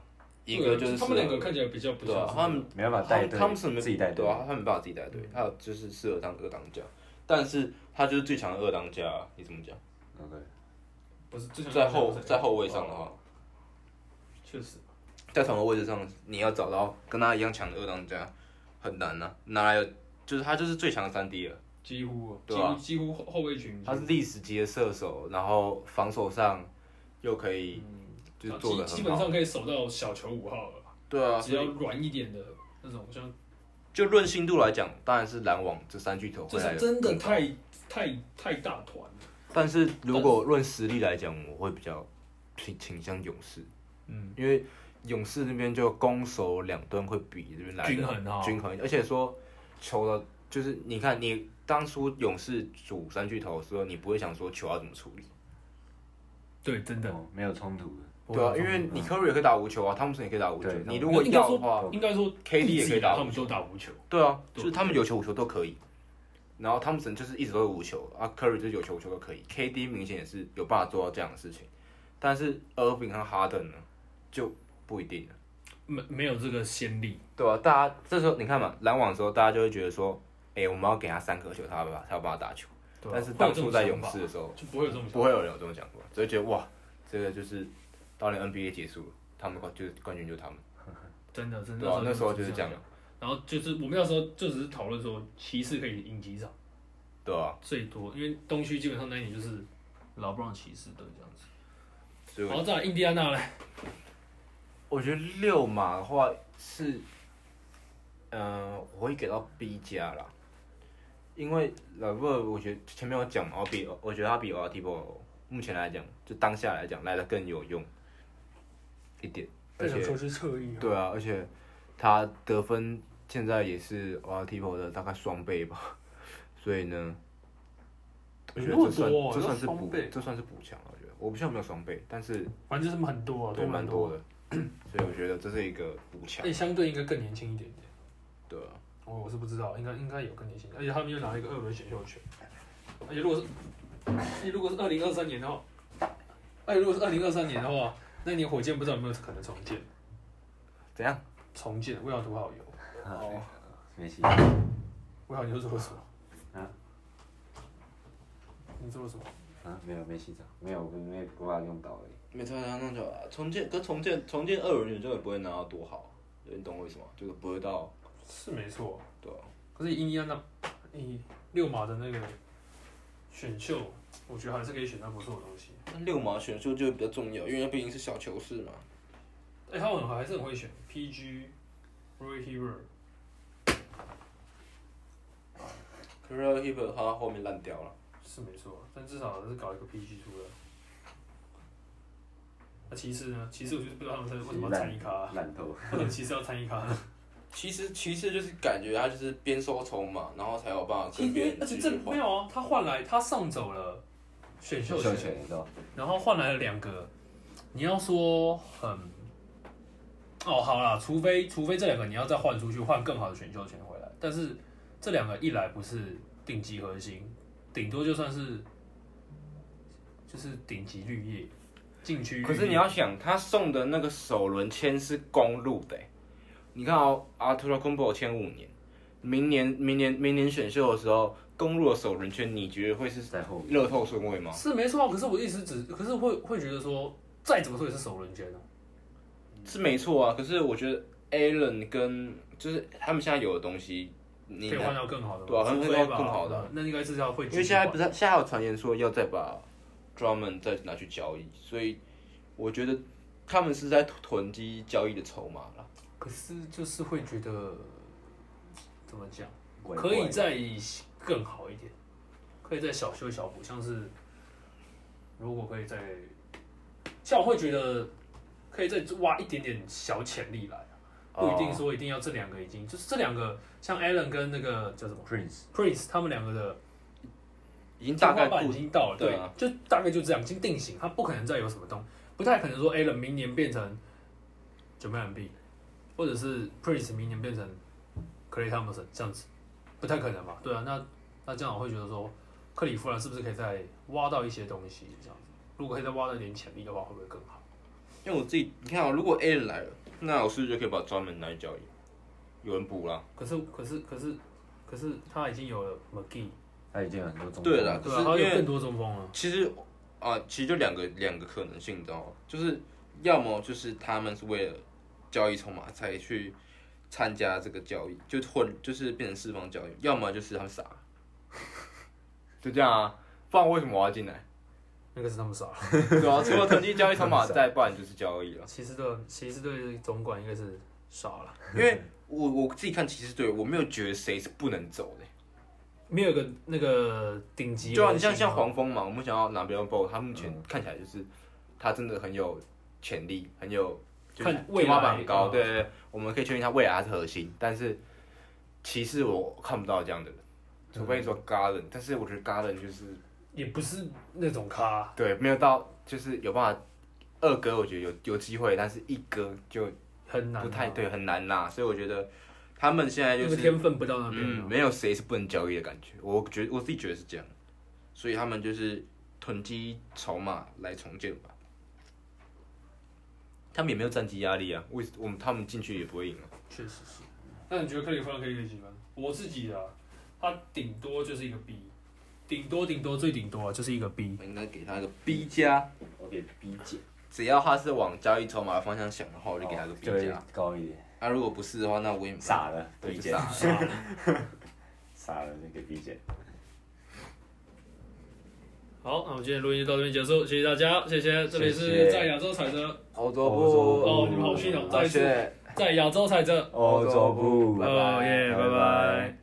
D: 一个
E: 对啊
D: 就是
E: 他们两个
D: 适合
E: 看起来比较不
D: 对
E: 像
D: 啊
E: 是，
D: 他们
C: 没办法带
D: 汤
C: 队，
D: 汤普森没
C: 自己带队嗯
D: 对，啊，他没办法自己带队，他就是适合当二当家，但是他就是最强的二当家啊，你怎么讲？
C: 嗯对，
E: 不是之前
D: 在后在后卫上的
E: 哦
D: 话，
E: 确实
D: 在同个位置上，你要找到跟他一样强的二当家很难呐、哪来有？就是他就是最强的三 D 了，
E: 几乎几
D: 对
E: 乎
D: 啊
E: 几乎后后卫群，
D: 他是历史级的射手，然后防守上又可以就是做
E: 嗯
D: 的
E: 啊基基
D: 很
E: 本
D: 好
E: 上，可以守到小球五号了，
D: 对啊，
E: 只
D: 所
E: 要
D: 以
E: 软一点的那种，像
D: 就论信度来讲，当然是篮网这三巨头
E: 这
D: 会
E: 是
D: 来得
E: 真的
D: 更高
E: 太太太大团了。
D: 但是如果论实力来讲，我会比较倾倾向勇士，嗯，因为勇士那边就攻守两端会比这边来的
F: 均衡哦
D: 均衡，而且说球的，就是你看你当初勇士组三巨头的时候，你不会想说球要怎么处理，
F: 对，真的，
C: 哦没有冲突的，嗯
D: 对啊，因为
F: 嗯
D: 你科瑞也可以打无球啊，汤普森也可以打无球
C: 对，
D: 你如果
E: 应该
D: 要的话
E: 说，应该说
D: KD 也可以打
E: 他们都打无球，
D: 对啊，
E: 对
D: 就是他们有球无球都可以。然后汤普森就是一直都是无球啊，Curry 就是有球无球都可以，KD 明显也是有办法做到这样的事情，但是 Irving 和 Harden 呢就不一定了，
F: 没没有这个先例，
D: 对啊，大家这时候你看嘛，篮网的时候大家就会觉得说，哎，我们要给他三颗球，他要把他要帮他打球，
F: 对啊
D: 但是当初在勇士的时候，
E: 就不会有这种想法
D: 不会有人有这种想法，只会觉得哇，这个就是到了 NBA 结束了，他们冠就是冠军就是他们，
F: 真的真的
D: 对啊，那时候就是这样，，
F: 然后就是我们那时候就只是讨论说骑士可以赢几场
D: 对啊，
F: 最多，因为东区基本上那一年就是老布朗骑士队这样子，
D: 所以我
F: 然后再来印第安纳嘞，
D: 我觉得六码的话是，嗯、我会给到 B 加啦，因为 l a v e 我觉得前面有讲嘛，我比我觉得他比 o l t i b o 目前来讲，就当下来讲来的更有用一点，而且
E: 是侧翼
D: 对啊，而且他得分现在也是 o l t i b o 的大概双倍吧，所以呢，我觉得
B: 那么
D: 这算
B: 多哦
D: 这算是
B: 那双
D: 补
B: 倍
D: 这算是补强，我觉得我不知道有没有双倍，但是
B: 反正就是很多啊，
D: 对
B: 都
D: 蛮
B: 多啊
D: 多的， 所以我觉得这是一个补强
B: 哎、。相对应该更年轻一点点。
D: 对啊，
B: 我我是不知道，应该应该有更年轻，而且他们又拿了一个二轮选秀权，而且如果是，而且如果是二零二三年的话，而且如果是二零二三年的话，那年火箭不知道有没有可能重建
D: 怎样？
B: 重建？魏耀图好友，
D: 哦，
C: 没戏。
B: 魏耀你又做了什么？
C: 啊？
B: 你做了什么？
C: 啊，没有没洗澡，没有我没我把它用到而已。
D: 没错，他弄就好了重建，跟重建重建二轮选秀也不会拿到多好，你懂我意思吗？就是不会到
B: 是没错，
D: 对啊，
B: 可是印第安纳，以六马的那个选秀，我觉得还是可以选到不错的东西。
D: 但六毛选秀就会比较重要，因为毕竟是小球市嘛。
B: 哎、他们还是很会选 PG、Roy Hiver，
D: 可是 Heber 他后面烂掉了，
B: 是没错，但至少还是搞一个 PG 出来。那骑士呢？骑士我就是不知道他们在为什么要参一咖，
C: 烂透。
B: 为什么 骑士要参一咖？
D: 其实其实就是感觉他就是边收筹码，然后才有办法
B: 其
D: 跟别
B: 实
D: 人
B: 而且这
D: 继续
B: 没
D: 换
B: 有啊，他换来他上走了选秀
C: 秀
B: 权，
C: 权是吧？
B: 然后换来了两个。你要说很，哦，好啦，除非除非这两个你要再换出去，换更好的选秀权回来。但是这两个一来不是顶级核心，顶多就算是就是顶级绿叶禁区绿叶。
D: 可是你要想，他送的那个首轮签是公路的欸、你看哦 a r t u r o c o m b o 签五年，明年明年明年选秀的时候，公路的首轮签，你觉得会是
C: 在后面
D: 乐透顺位吗？
B: 是没错啊，可是我的意思只可是会会觉得说，再怎么说也是首轮签呢、
D: 是没错啊，可是我觉得 Allen 跟就是他们现在有的东西，
B: 可
D: 你
B: 以换到更好的嘛，
D: 对啊
B: 除
D: 可以
B: 非
D: 换
B: 吧
D: 到更好的啊
B: 那应该是要会继
D: 因
B: 续
D: 为现在不
B: 换
D: 是现在还有传言说要再把 Drummond 再拿去交易，所以我觉得他们是在囤积交易的筹码了。
B: 可是就是会觉得怎么讲？
C: 怪怪
B: 可
C: 的
B: 以再更好一点，可以再小修小补，像是如果可以在，像我会觉得可以再挖一点点小潜力来，啊不一
D: 哦啊
B: 定说一定要这两个已经，就是这两个像 Allen 跟那个叫什么
C: Prince
B: Prince 他们两个的
D: 已经大
B: 天花
D: 概
B: 板已
D: 固
B: 经到了，
D: 对
B: 对
D: 啊，
B: 就大概就这样，已经定型，他不可能再有什么东，不太可能说 Allen 明年变成九麦 MB，或者是 Prince 明年变成 Clay Thompson 这样子，不太可能嘛，对啊，那那这样我会觉得说，克里夫兰是不是可以再挖到一些东西这样子？如果可以再挖到一点潜力的话，会不会更好？
D: 因为我自己，你看、哦，如果 A 人来了，那我是不是就可以把专门来交易？有人补啦。
B: 可是可是可是可是他已经有了 McGee，
C: 他已经有很多中锋
D: 对啦
B: 对
D: 可
B: 啊，
D: 是
B: 他
D: 因
B: 有
D: 为
B: 更多中锋了。
D: 其实啊，其实就两个两个可能性，你知道吗？就是要么就是他们是为了交易筹码才去参加这个交易，就混就是变成四方交易；要么就是他们傻，就这样啊。不然为什么我要进 来？
B: 那个是他们傻，
D: 对啊，除了囤积交易筹 码，再不然就是交易了。
B: 骑士队骑士队的总管应该是傻了，
D: 因为我我自己看骑士队，我没有觉得谁是不能走的。
B: 没有一个那个顶级。
D: 对啊，你像像，黄蜂嘛，我们想要拿 b r o n b o 他目前看起来就是他真的很有潜力，很有就是
B: 看未
D: 天
B: 来
D: 花板很高。
B: 嗯
D: 对对对，我们可以确定他未来他是核心，但是骑士我看不到这样的人，除非你
B: 嗯
D: 说 Garden，但是我觉得 Garden 就是
B: 也不是那种咖，
D: 对没有到就是有办法。二哥我觉得有有机会，但是一哥就
B: 很难啊，
D: 不太对，很难拿，所以我觉得他们现在就
B: 那
D: 是
B: 个天分不到那边
D: 嗯，
B: 啊。
D: 没有谁是不能交易的感觉，我觉我自己觉得是这样，所以他们就是囤积筹码来重建吧。他们也没有战绩压力啊，为我们他们进去也不会赢啊。
B: 确实是，
G: 那你觉得克利夫兰可以给几分？
B: 我自己啊，他顶多就是一个 B，顶多顶多最顶多啊就是一个 B，
D: 我应该给他一个 B 加，
C: 我给 B 减，
D: 只要他是往交易筹码的方向想的话，我就给他个 B
C: 就会
D: 加。
C: 高一点，
D: 那、如果不是的话，那我也
C: 哦啊傻了
D: 对，
C: ，B
D: 就
C: 减
D: 傻了。
C: 傻了，就给 B 减。
H: 好，那我们今天录音就到这边结束，谢谢大家，谢谢。这里
C: 谢
H: 是
C: 谢
H: 在亚洲踩着，
D: 欧洲
C: 部
H: 哦，你们好逊哦，再一次在亚洲踩着，
C: 欧洲部，
H: 哦耶，拜拜。